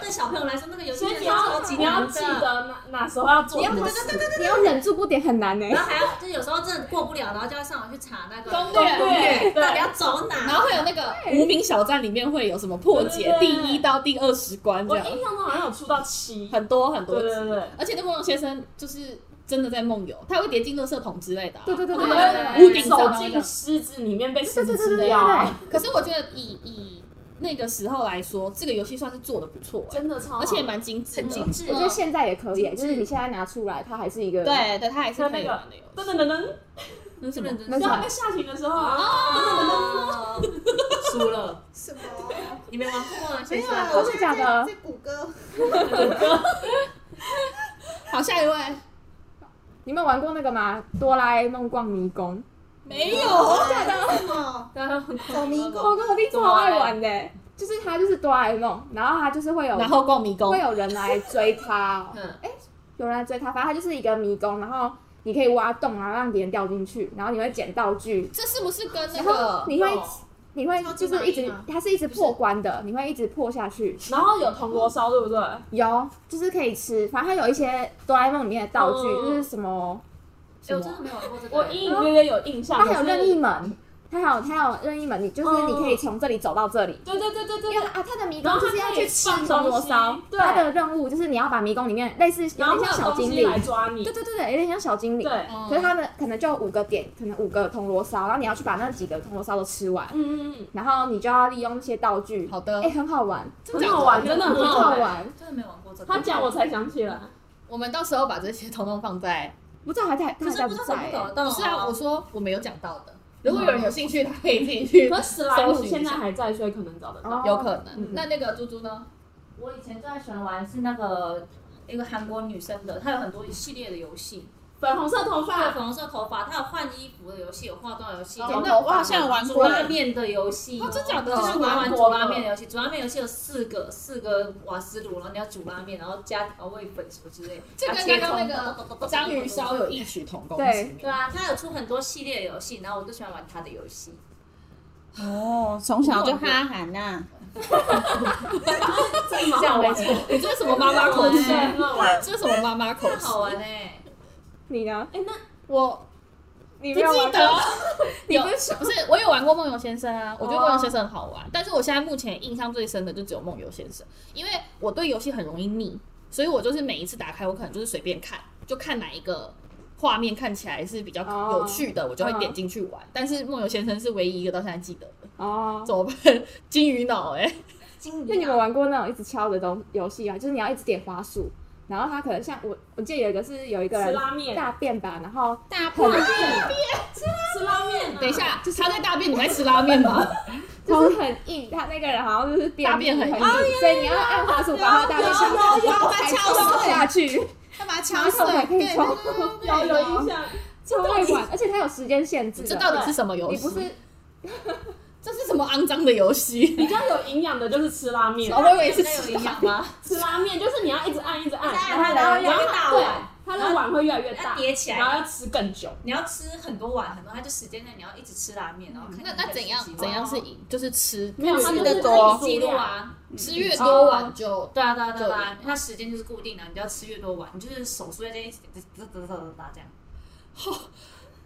[SPEAKER 4] 对小朋友来说，那个游戏
[SPEAKER 1] 所以
[SPEAKER 4] 真
[SPEAKER 1] 你
[SPEAKER 4] 的超
[SPEAKER 1] 要
[SPEAKER 4] 级
[SPEAKER 1] 你要
[SPEAKER 4] 难
[SPEAKER 1] 记
[SPEAKER 4] 的。
[SPEAKER 1] 得哪哪时候要做什么事。
[SPEAKER 2] 你要忍住不点很难呢、
[SPEAKER 4] 然后还要，就是有时候真的过不了，然后就要上网去查那个
[SPEAKER 3] 攻略
[SPEAKER 1] 对
[SPEAKER 4] 到底
[SPEAKER 1] 对，
[SPEAKER 4] 要走哪。
[SPEAKER 3] 然后会有那个无名小站里面会有什么破解
[SPEAKER 1] 对对
[SPEAKER 3] 第
[SPEAKER 1] 对
[SPEAKER 3] 一到第二十关这
[SPEAKER 1] 我
[SPEAKER 3] 样，
[SPEAKER 1] 印象中好像有出到七。
[SPEAKER 3] 很多很多
[SPEAKER 1] 对
[SPEAKER 3] 集。
[SPEAKER 1] 对对，
[SPEAKER 3] 而且那梦游先生就是真的在梦游，他会跌进垃圾桶之类的啊。
[SPEAKER 2] 对对对
[SPEAKER 1] 我
[SPEAKER 2] 对
[SPEAKER 1] 们
[SPEAKER 2] 对
[SPEAKER 1] 会
[SPEAKER 2] 对
[SPEAKER 3] 顶
[SPEAKER 2] 对，
[SPEAKER 1] 走
[SPEAKER 3] 上那
[SPEAKER 1] 进
[SPEAKER 3] 个
[SPEAKER 1] 狮子里面被狮子
[SPEAKER 2] 对对对
[SPEAKER 1] 吃
[SPEAKER 2] 对
[SPEAKER 1] 掉，哎
[SPEAKER 3] 可是我觉得以以那个时候来说，这个游戏算是做的不错、欸，
[SPEAKER 1] 真的超好。
[SPEAKER 3] 而且也蛮精致的，
[SPEAKER 4] 很精致
[SPEAKER 2] 我觉得
[SPEAKER 3] 嗯
[SPEAKER 2] 现在也可以、
[SPEAKER 3] 精致
[SPEAKER 2] 就是你现在拿出来，它还是一个
[SPEAKER 3] 对对，他还是可以玩的游
[SPEAKER 1] 噔
[SPEAKER 3] 戏。
[SPEAKER 1] 噔噔噔，
[SPEAKER 3] 那是
[SPEAKER 4] 认真
[SPEAKER 2] 那
[SPEAKER 1] 然
[SPEAKER 2] 是
[SPEAKER 1] 后在下棋的时候啊，
[SPEAKER 4] 哦，
[SPEAKER 1] 输了，
[SPEAKER 6] 什么？
[SPEAKER 4] 你没玩过，
[SPEAKER 6] 没
[SPEAKER 4] 先
[SPEAKER 6] 有
[SPEAKER 4] 生
[SPEAKER 6] 啊，
[SPEAKER 2] 好
[SPEAKER 6] 我
[SPEAKER 2] 像
[SPEAKER 6] 现
[SPEAKER 2] 假
[SPEAKER 6] 在
[SPEAKER 2] 的
[SPEAKER 6] 在在谷歌，
[SPEAKER 3] 好，下一位，
[SPEAKER 2] 你们有玩过那个吗？哆啦 A 梦逛迷宫，
[SPEAKER 3] 没有，
[SPEAKER 6] 假的什么？
[SPEAKER 1] 大家很恐
[SPEAKER 6] 走迷
[SPEAKER 1] 怖。
[SPEAKER 6] 宫
[SPEAKER 2] 我跟我弟超爱玩的、就是他就是哆啦 A 梦，然后他就是会有
[SPEAKER 3] 然后逛迷宫
[SPEAKER 2] 会，有人来追他、哦，
[SPEAKER 1] 嗯，
[SPEAKER 2] 有人来追他，反正他就是一个迷宫，然后你可以挖洞，然后让别人掉进去，然后你会捡道具，
[SPEAKER 3] 这是不是跟那
[SPEAKER 2] 然后
[SPEAKER 3] 个？
[SPEAKER 2] 你会
[SPEAKER 1] 有
[SPEAKER 2] 你会
[SPEAKER 6] 超级
[SPEAKER 2] 就是一
[SPEAKER 6] 玛丽
[SPEAKER 2] 直
[SPEAKER 6] 吗
[SPEAKER 2] 它是一直破关的，你会一直破下去。
[SPEAKER 1] 然后有铜锣烧，对不对？
[SPEAKER 2] 有就是可以吃，反正它有一些哆啦 A 梦里面的道具，
[SPEAKER 1] 嗯
[SPEAKER 2] 就是什么
[SPEAKER 4] 哎我真的没有玩过这个。
[SPEAKER 1] 我隐隐约约有印象。
[SPEAKER 2] 它还有
[SPEAKER 1] 啊可是
[SPEAKER 2] 任意门，它还有它还有任意门，你就是
[SPEAKER 1] 嗯
[SPEAKER 2] 你可以从这里走到这里。
[SPEAKER 1] 对对对对对
[SPEAKER 2] 因为
[SPEAKER 1] 对，
[SPEAKER 2] 啊，它的迷
[SPEAKER 1] 然
[SPEAKER 2] 宫
[SPEAKER 1] 后
[SPEAKER 2] 就
[SPEAKER 1] 它
[SPEAKER 2] 是要
[SPEAKER 1] 可以
[SPEAKER 2] 去吃
[SPEAKER 1] 放
[SPEAKER 2] 铜锣
[SPEAKER 1] 东西
[SPEAKER 2] 烧，
[SPEAKER 1] 对
[SPEAKER 2] 它的任务就是你要把迷宫里面类似
[SPEAKER 1] 然
[SPEAKER 2] 有
[SPEAKER 1] 后
[SPEAKER 2] 点像
[SPEAKER 1] 会
[SPEAKER 2] 小
[SPEAKER 1] 有
[SPEAKER 2] 精
[SPEAKER 1] 东
[SPEAKER 2] 灵
[SPEAKER 1] 西，来抓你。
[SPEAKER 2] 对对对对，有点像小精灵。
[SPEAKER 1] 对，
[SPEAKER 3] 嗯
[SPEAKER 2] 可是他们可能就五个点，可能五个铜锣烧，然后你要去把那几个铜锣烧都吃完，
[SPEAKER 1] 嗯嗯
[SPEAKER 2] 然后你就要利用一些道具。
[SPEAKER 3] 好的
[SPEAKER 2] 哎、，很好玩，
[SPEAKER 1] 嗯，很好玩，真的
[SPEAKER 2] 很
[SPEAKER 1] 很
[SPEAKER 2] 好
[SPEAKER 1] 好玩。
[SPEAKER 2] 玩。
[SPEAKER 4] 真的没有玩过这个。
[SPEAKER 1] 他讲我才想起来，
[SPEAKER 3] 我们到时候把这些通通放在。
[SPEAKER 2] 不知道还在，他
[SPEAKER 4] 可
[SPEAKER 2] 还在
[SPEAKER 4] 是不知道怎
[SPEAKER 2] 在、
[SPEAKER 4] 么
[SPEAKER 2] 欸
[SPEAKER 4] 搞？到。
[SPEAKER 3] 不是啊，我说我没有讲到的，如果有人有兴趣，他可以自己去
[SPEAKER 1] 可是史莱
[SPEAKER 3] 搜
[SPEAKER 1] 姆
[SPEAKER 3] 寻一
[SPEAKER 1] 现
[SPEAKER 3] 下
[SPEAKER 1] 在还在，所以可能找得
[SPEAKER 2] 欸
[SPEAKER 1] 到。
[SPEAKER 3] 有可能。
[SPEAKER 1] 哦嗯
[SPEAKER 3] 那那个猪猪呢？
[SPEAKER 4] 我以前最爱喜欢玩是那个一个韩国女生的，她有很多一系列的游戏，
[SPEAKER 1] 粉红色头
[SPEAKER 4] 她有
[SPEAKER 1] 发，
[SPEAKER 4] 粉红色头发，她有换衣服的游戏，有化妆游戏，
[SPEAKER 3] 哦
[SPEAKER 4] 有
[SPEAKER 5] 那我好像有玩
[SPEAKER 4] 煮
[SPEAKER 5] 过，
[SPEAKER 4] 拉面的游戏。
[SPEAKER 3] 哦，真假的？
[SPEAKER 4] 就是
[SPEAKER 1] 是
[SPEAKER 4] 你要玩
[SPEAKER 1] 韩
[SPEAKER 4] 煮
[SPEAKER 1] 国
[SPEAKER 4] 拉
[SPEAKER 1] 的
[SPEAKER 4] 面的游戏，煮拉面游戏有四个四个瓦斯炉，然后你要煮拉面，然后加调味粉什么之类的。
[SPEAKER 3] 这
[SPEAKER 4] 要
[SPEAKER 3] 跟
[SPEAKER 4] 切
[SPEAKER 3] 刚刚那
[SPEAKER 4] 葱
[SPEAKER 3] 个章鱼烧有异曲同工之
[SPEAKER 2] 对
[SPEAKER 3] 妙。
[SPEAKER 4] 对啊，她有出很多系列的游戏，然后我都喜欢玩她的游戏。
[SPEAKER 5] 哦，从小就哈韩呐，
[SPEAKER 1] 自己讲没错，
[SPEAKER 3] 你这是什么妈妈口
[SPEAKER 1] 真
[SPEAKER 3] 气？
[SPEAKER 1] 的好玩。
[SPEAKER 3] 这是什么妈妈口
[SPEAKER 4] 很
[SPEAKER 3] 气？
[SPEAKER 4] 好玩哎、
[SPEAKER 2] 你呢？
[SPEAKER 3] 我
[SPEAKER 2] 你
[SPEAKER 3] 不
[SPEAKER 2] 没有
[SPEAKER 3] 记
[SPEAKER 2] 玩
[SPEAKER 3] 得
[SPEAKER 2] 过，， 你
[SPEAKER 3] 有
[SPEAKER 2] 不是
[SPEAKER 3] 不是我有玩过梦游先生啊，我觉得梦游先生很好玩，但是我现在目前印象最深的就只有梦游先生，因为我对游戏很容易腻，所以我就是每一次打开我可能就是随便看，就看哪一个。画面看起来是比较
[SPEAKER 2] 哦
[SPEAKER 3] 有趣的，我就会
[SPEAKER 2] 嗯
[SPEAKER 3] 点进去玩。但是梦游先生是唯一一个到现在记得的，
[SPEAKER 2] 哦？
[SPEAKER 3] 怎么办？金鱼 脑哎、
[SPEAKER 4] 金
[SPEAKER 2] 那你们玩过那种一直敲的东游戏啊？就是你要一直点花束，然后它可能像我，我记得有一个是有一个
[SPEAKER 1] 吃
[SPEAKER 2] 人
[SPEAKER 1] 拉面，
[SPEAKER 2] 大便吧，然后
[SPEAKER 5] 大
[SPEAKER 2] 很
[SPEAKER 1] 吃拉面啊。
[SPEAKER 3] 等一下，他在大便，你在吃拉面 吧？
[SPEAKER 2] 就是很硬，他那个人好像就是便
[SPEAKER 3] 大便很硬
[SPEAKER 2] 硬，所以你要按花束把他大便敲
[SPEAKER 6] 有有有
[SPEAKER 2] 才
[SPEAKER 6] 敲
[SPEAKER 2] 敲
[SPEAKER 6] 碎
[SPEAKER 2] 下去，
[SPEAKER 6] 干嘛
[SPEAKER 2] 然
[SPEAKER 6] 敲
[SPEAKER 2] 后
[SPEAKER 6] 碎？
[SPEAKER 2] 才可以
[SPEAKER 6] 对
[SPEAKER 2] 抽，
[SPEAKER 1] 有有印象，
[SPEAKER 2] 超会玩，而且它有时间限制
[SPEAKER 3] 这
[SPEAKER 2] 的，
[SPEAKER 3] 到底是什么游
[SPEAKER 2] 你
[SPEAKER 3] 戏
[SPEAKER 2] 不？是
[SPEAKER 3] 这是什么肮脏的游戏？
[SPEAKER 1] 比较有营养的就是吃拉面
[SPEAKER 3] 哦，。我以为是
[SPEAKER 4] 那啊有
[SPEAKER 3] 吃
[SPEAKER 4] 营养吗？
[SPEAKER 1] 吃拉面就是你要一直按，一直按，
[SPEAKER 4] 一直按
[SPEAKER 1] 然后
[SPEAKER 4] 然后
[SPEAKER 1] 然
[SPEAKER 4] 要
[SPEAKER 1] 后对
[SPEAKER 4] 大碗，
[SPEAKER 1] 它的碗会越来越大
[SPEAKER 4] 要，叠起来
[SPEAKER 1] 然后要吃更久。
[SPEAKER 4] 你要吃很多碗很多，它就时间内你要一直吃拉面，然后看
[SPEAKER 3] 那
[SPEAKER 4] 你
[SPEAKER 3] 那
[SPEAKER 4] 在
[SPEAKER 3] 怎样
[SPEAKER 4] 吃几碗
[SPEAKER 3] 怎样是赢？就是吃
[SPEAKER 1] 没有，它就
[SPEAKER 5] 吃
[SPEAKER 1] 是
[SPEAKER 5] 得多
[SPEAKER 1] 数
[SPEAKER 4] 记录
[SPEAKER 1] 量。
[SPEAKER 4] 啊？
[SPEAKER 3] 吃越多碗就
[SPEAKER 4] 对啊对啊对啊对啊，它时间就是固定的，你就要吃越多碗，你就是手速要在一起哒哒哒哒哒哒这样。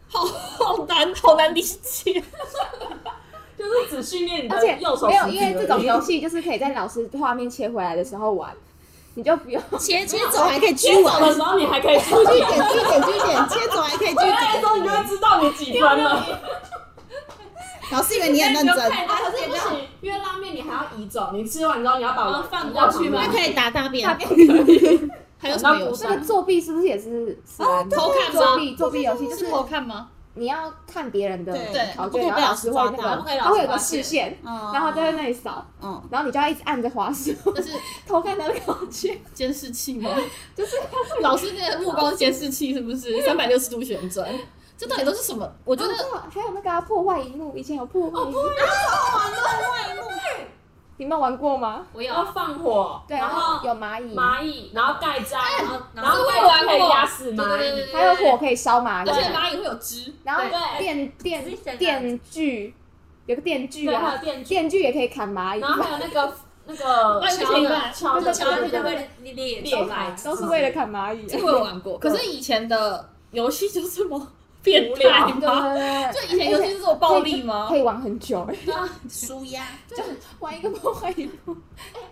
[SPEAKER 3] 好难好难理解。
[SPEAKER 1] 就是只训练你
[SPEAKER 2] 而
[SPEAKER 1] 的
[SPEAKER 2] 且
[SPEAKER 1] 右手
[SPEAKER 2] 没有，
[SPEAKER 1] 食指
[SPEAKER 2] 因为这种
[SPEAKER 1] 而已
[SPEAKER 2] 游戏就是可以在老师画面切回来的时候玩，你就不用
[SPEAKER 5] 切切走还可以
[SPEAKER 1] 接
[SPEAKER 5] 继
[SPEAKER 1] 走
[SPEAKER 5] 玩，
[SPEAKER 1] 的时候你还可以出
[SPEAKER 5] 继
[SPEAKER 1] 去
[SPEAKER 5] 续，点继续点继续点，切走还可以继续
[SPEAKER 1] 那时
[SPEAKER 5] 点。
[SPEAKER 1] 候你就会知道你几分了。
[SPEAKER 5] 老师以为你很认真，
[SPEAKER 1] 啊，可是不行，因为拉面你还要移走，你吃完之后你要把
[SPEAKER 4] 哦
[SPEAKER 1] 碗
[SPEAKER 4] 放
[SPEAKER 1] 过去吗
[SPEAKER 4] 过？
[SPEAKER 5] 那可以打大便
[SPEAKER 2] 大，便可以。
[SPEAKER 3] 还有什么游戏
[SPEAKER 2] 那？个啊作弊是不是也是死亡
[SPEAKER 3] 偷看
[SPEAKER 2] 作
[SPEAKER 3] 吗？
[SPEAKER 2] 弊作弊游戏就是
[SPEAKER 3] 是偷看吗？
[SPEAKER 2] 你要看别人的
[SPEAKER 5] 对
[SPEAKER 2] 考
[SPEAKER 5] 不
[SPEAKER 2] 卷，
[SPEAKER 5] 可以
[SPEAKER 2] 然后
[SPEAKER 5] 被
[SPEAKER 2] 老
[SPEAKER 5] 老
[SPEAKER 2] 师
[SPEAKER 5] 师
[SPEAKER 2] 会
[SPEAKER 5] 抓
[SPEAKER 2] 那个
[SPEAKER 5] 到
[SPEAKER 4] 不可以
[SPEAKER 2] 他会有
[SPEAKER 4] 老
[SPEAKER 2] 个
[SPEAKER 4] 师发
[SPEAKER 2] 视线，
[SPEAKER 5] 嗯
[SPEAKER 2] 然后他就在那里扫，
[SPEAKER 5] 嗯，
[SPEAKER 2] 然后你就要一直按着滑鼠
[SPEAKER 3] 那是
[SPEAKER 2] 偷看他的考 卷。
[SPEAKER 3] 监视器吗？
[SPEAKER 2] 就是
[SPEAKER 3] 老师那个目光监视器是不是三百六十度旋转？这到底都是什么？我觉
[SPEAKER 2] 然
[SPEAKER 3] 得
[SPEAKER 2] 后还有那个啊破坏荧幕，以前有破坏荧幕， 你们有玩过吗？
[SPEAKER 4] 我
[SPEAKER 1] 然
[SPEAKER 4] 有
[SPEAKER 1] 后，放火，
[SPEAKER 2] 对，
[SPEAKER 1] 然后
[SPEAKER 2] 有蚂蚁，
[SPEAKER 1] 蚂蚁，然后盖章，
[SPEAKER 4] 然后
[SPEAKER 1] 然后
[SPEAKER 3] 我
[SPEAKER 1] 盖
[SPEAKER 3] 有玩
[SPEAKER 1] 章
[SPEAKER 3] 过
[SPEAKER 1] 可以压死
[SPEAKER 4] 对对
[SPEAKER 1] 蚂
[SPEAKER 4] 对
[SPEAKER 1] 蚁，
[SPEAKER 4] 对，
[SPEAKER 2] 还有火可以烧蚂
[SPEAKER 3] 而且
[SPEAKER 2] 蚁，
[SPEAKER 3] 蚂蚁会有汁，
[SPEAKER 2] 然后
[SPEAKER 1] 对
[SPEAKER 2] 电电
[SPEAKER 4] 对
[SPEAKER 2] 电锯，有个电锯
[SPEAKER 1] 对，还
[SPEAKER 2] 啊
[SPEAKER 1] 有，电锯，
[SPEAKER 2] 电锯也可以砍蚂蚁
[SPEAKER 1] 然。后还有那个那个
[SPEAKER 3] 万
[SPEAKER 1] 敲
[SPEAKER 3] 千
[SPEAKER 2] 对
[SPEAKER 3] 万
[SPEAKER 1] 的敲的
[SPEAKER 2] 对
[SPEAKER 4] 然
[SPEAKER 1] 敲
[SPEAKER 4] 后
[SPEAKER 1] 的
[SPEAKER 4] 就
[SPEAKER 1] 那个
[SPEAKER 4] 会裂裂
[SPEAKER 1] 裂
[SPEAKER 4] 出
[SPEAKER 1] 开
[SPEAKER 4] 来，
[SPEAKER 2] 都是为了砍蚂蚁，
[SPEAKER 3] 这
[SPEAKER 2] 对
[SPEAKER 3] 个我有玩过。可是以前的游戏就这么变
[SPEAKER 1] 无
[SPEAKER 3] 态
[SPEAKER 1] 聊
[SPEAKER 2] 对
[SPEAKER 3] 吗？
[SPEAKER 2] 对对，
[SPEAKER 3] 就以前游戏是这么暴力吗
[SPEAKER 2] 可？以玩很久，
[SPEAKER 5] 输呀，
[SPEAKER 2] 玩一个破坏荧幕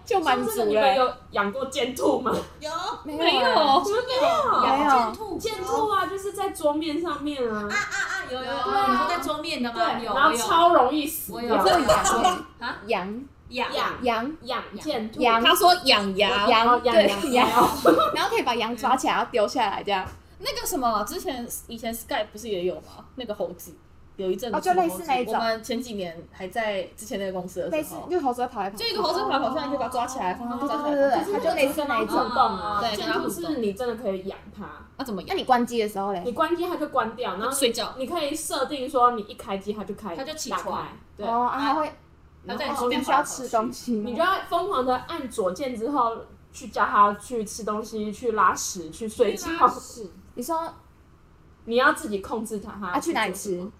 [SPEAKER 2] 就 满
[SPEAKER 1] 说这
[SPEAKER 2] 足
[SPEAKER 1] 个你们
[SPEAKER 2] 了。欸
[SPEAKER 1] 有养过剑兔吗？
[SPEAKER 6] 有
[SPEAKER 2] 没
[SPEAKER 3] 没
[SPEAKER 2] 有啊，
[SPEAKER 3] 有
[SPEAKER 1] 我，们没有。
[SPEAKER 6] 有
[SPEAKER 2] 没有
[SPEAKER 6] 剑兔，
[SPEAKER 1] 剑兔啊，就是在桌面上面啊，
[SPEAKER 4] 啊啊，有有有，
[SPEAKER 1] 对啊
[SPEAKER 4] 你说在桌面的吗？
[SPEAKER 1] 对，
[SPEAKER 4] 有，
[SPEAKER 1] 然后
[SPEAKER 4] 有
[SPEAKER 1] 超容易死
[SPEAKER 4] 我
[SPEAKER 1] 的。
[SPEAKER 4] 有
[SPEAKER 2] 有养
[SPEAKER 4] 啊
[SPEAKER 2] 羊
[SPEAKER 4] 痒
[SPEAKER 1] 养
[SPEAKER 2] 羊
[SPEAKER 1] 养剑兔，
[SPEAKER 2] 羊
[SPEAKER 3] 他说养牙，
[SPEAKER 1] 哦
[SPEAKER 2] 羊
[SPEAKER 1] 养
[SPEAKER 2] 对
[SPEAKER 1] 羊
[SPEAKER 2] 羊，，然后可以把羊抓起来，然后丢下来这样。
[SPEAKER 3] 那个什么，之前以前 Skype 不是也有吗？那个猴子，有一阵子
[SPEAKER 2] 哦就类似那一种
[SPEAKER 3] 我们前几年还在之前那个公司
[SPEAKER 2] 类
[SPEAKER 3] 的时
[SPEAKER 2] 似哦
[SPEAKER 3] 候，
[SPEAKER 2] 就猴子会跑来跑去，
[SPEAKER 3] 就一个猴子跑跑上来，可以把它抓起来，放上去抓起来。
[SPEAKER 2] 对对对
[SPEAKER 3] 放上去
[SPEAKER 2] 它就类似那一种
[SPEAKER 1] 动啊，
[SPEAKER 3] 对
[SPEAKER 1] 建
[SPEAKER 3] 跟它
[SPEAKER 1] 筑
[SPEAKER 3] 互
[SPEAKER 1] 是
[SPEAKER 3] 动
[SPEAKER 1] 你真的可以养它，
[SPEAKER 3] 那怎么
[SPEAKER 2] 那
[SPEAKER 3] 样？
[SPEAKER 2] 你关机的时候嘞
[SPEAKER 1] 你？关机它就关掉，然后
[SPEAKER 3] 睡
[SPEAKER 2] 哦
[SPEAKER 3] 觉，
[SPEAKER 1] 你可以设定说你一开机它就开，
[SPEAKER 4] 它就起
[SPEAKER 1] 打开
[SPEAKER 4] 床，
[SPEAKER 1] 对，
[SPEAKER 2] 哦，啊，还会，
[SPEAKER 4] 然后在你
[SPEAKER 2] 哦
[SPEAKER 4] 身
[SPEAKER 2] 你
[SPEAKER 4] 边
[SPEAKER 2] 需
[SPEAKER 4] 跑来
[SPEAKER 2] 要
[SPEAKER 4] 跑去
[SPEAKER 2] 吃东西吗，
[SPEAKER 1] 你就要疯狂的按左键之后去叫它去吃东西、去拉屎、去睡觉，
[SPEAKER 2] 你说
[SPEAKER 1] 你要自己控制它。它
[SPEAKER 2] 啊去哪里
[SPEAKER 1] 做什么
[SPEAKER 2] 吃？？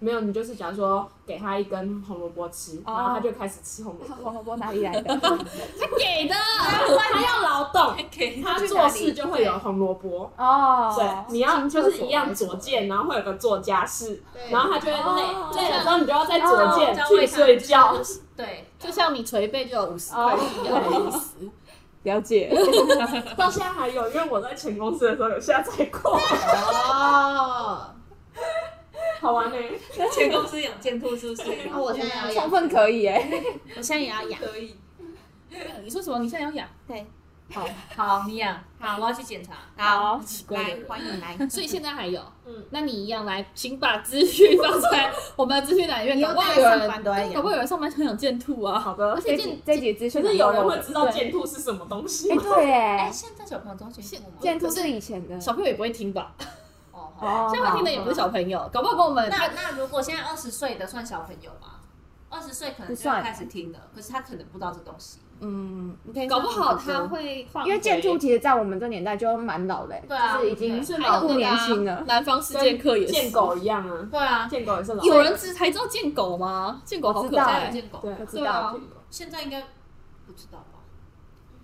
[SPEAKER 1] 没有，你就是假如说给它一根红萝卜吃，然
[SPEAKER 2] 哦
[SPEAKER 1] 后它就开始吃红萝
[SPEAKER 2] 红
[SPEAKER 1] 卜。
[SPEAKER 2] 萝卜哪里来的？
[SPEAKER 3] 给的，
[SPEAKER 1] 它要劳动，
[SPEAKER 2] 哎
[SPEAKER 4] OK，
[SPEAKER 1] 它做事就会有红萝卜。
[SPEAKER 2] 哦，
[SPEAKER 1] 对，你要
[SPEAKER 2] 清
[SPEAKER 1] 就是
[SPEAKER 2] 厕所
[SPEAKER 1] 一样
[SPEAKER 2] 来
[SPEAKER 1] 左
[SPEAKER 2] 做
[SPEAKER 1] 键，然后会有个做家事，
[SPEAKER 3] 对
[SPEAKER 1] 然后它就会累
[SPEAKER 2] 哦，
[SPEAKER 1] 累了之后你就要在左键
[SPEAKER 4] 哦
[SPEAKER 1] 去睡觉。
[SPEAKER 4] 对，
[SPEAKER 3] 就像你捶背就有五十
[SPEAKER 2] 哦
[SPEAKER 3] 块一样的意思。
[SPEAKER 2] 了解。
[SPEAKER 1] 到现在还有，因为我在前公司的时候有下载过，
[SPEAKER 3] 哦，
[SPEAKER 1] 好玩呢、
[SPEAKER 4] 那前公司养健兔是不是？
[SPEAKER 3] 那我现在要
[SPEAKER 2] 充
[SPEAKER 3] 养，
[SPEAKER 2] 分可以哎，
[SPEAKER 3] 我现在也要养。
[SPEAKER 4] 可以，
[SPEAKER 3] 你说什么？你现在要养？
[SPEAKER 2] 嗯
[SPEAKER 4] 好，你养，好，我要去检查。
[SPEAKER 5] 好，
[SPEAKER 3] 奇怪
[SPEAKER 5] 来
[SPEAKER 3] 的人。
[SPEAKER 5] 欢迎来。
[SPEAKER 3] 所以现在还有，
[SPEAKER 1] 嗯
[SPEAKER 3] 那你一样来，请把资讯放在我们的资讯栏里面。搞不好有人，
[SPEAKER 5] 都在
[SPEAKER 3] 搞不好有人上班很想见兔啊。
[SPEAKER 1] 好的
[SPEAKER 3] 而，
[SPEAKER 2] 这
[SPEAKER 3] 且
[SPEAKER 2] 集
[SPEAKER 3] 见，
[SPEAKER 2] 这集资
[SPEAKER 1] 可
[SPEAKER 2] 讯
[SPEAKER 1] 是有人会知道
[SPEAKER 2] 对
[SPEAKER 1] 剑兔是什么东西
[SPEAKER 2] 哎，
[SPEAKER 1] 吗？
[SPEAKER 2] 对
[SPEAKER 4] 哎，
[SPEAKER 2] 哎，
[SPEAKER 4] 现在小朋友都要健兔吗？
[SPEAKER 2] 建筑是以前的
[SPEAKER 3] 小朋友也不会听吧？
[SPEAKER 4] 哦，好。
[SPEAKER 2] 哦，
[SPEAKER 3] 现在会听的也不是小朋友，搞不好跟我们
[SPEAKER 4] 那那如果现在二十岁的算小朋友吗？二十岁可能
[SPEAKER 2] 不
[SPEAKER 4] 就要
[SPEAKER 2] 算
[SPEAKER 4] 开始听的，可是他可能不知道这东西。
[SPEAKER 5] 嗯，你可以
[SPEAKER 3] 搞不好
[SPEAKER 5] 上
[SPEAKER 3] 他
[SPEAKER 5] 网搜
[SPEAKER 3] 会换回，
[SPEAKER 2] 因为建筑其实，在我们这年代就蛮老欸嘞，
[SPEAKER 4] 对啊
[SPEAKER 2] 就是已经
[SPEAKER 4] 对
[SPEAKER 1] 是
[SPEAKER 3] 还有
[SPEAKER 1] 老
[SPEAKER 2] 不
[SPEAKER 3] 那个
[SPEAKER 2] 年
[SPEAKER 3] 啊
[SPEAKER 2] 轻了
[SPEAKER 3] 南方四剑客也是
[SPEAKER 1] 剑狗一样啊，
[SPEAKER 4] 对啊，
[SPEAKER 1] 剑狗也是老。
[SPEAKER 3] 有人只才知道剑狗吗？剑狗好可
[SPEAKER 2] 我知道
[SPEAKER 4] 还有
[SPEAKER 3] 爱，
[SPEAKER 4] 见狗，
[SPEAKER 1] 对
[SPEAKER 2] 不知
[SPEAKER 3] 对啊
[SPEAKER 2] 道，
[SPEAKER 4] 现在应该不知道吧？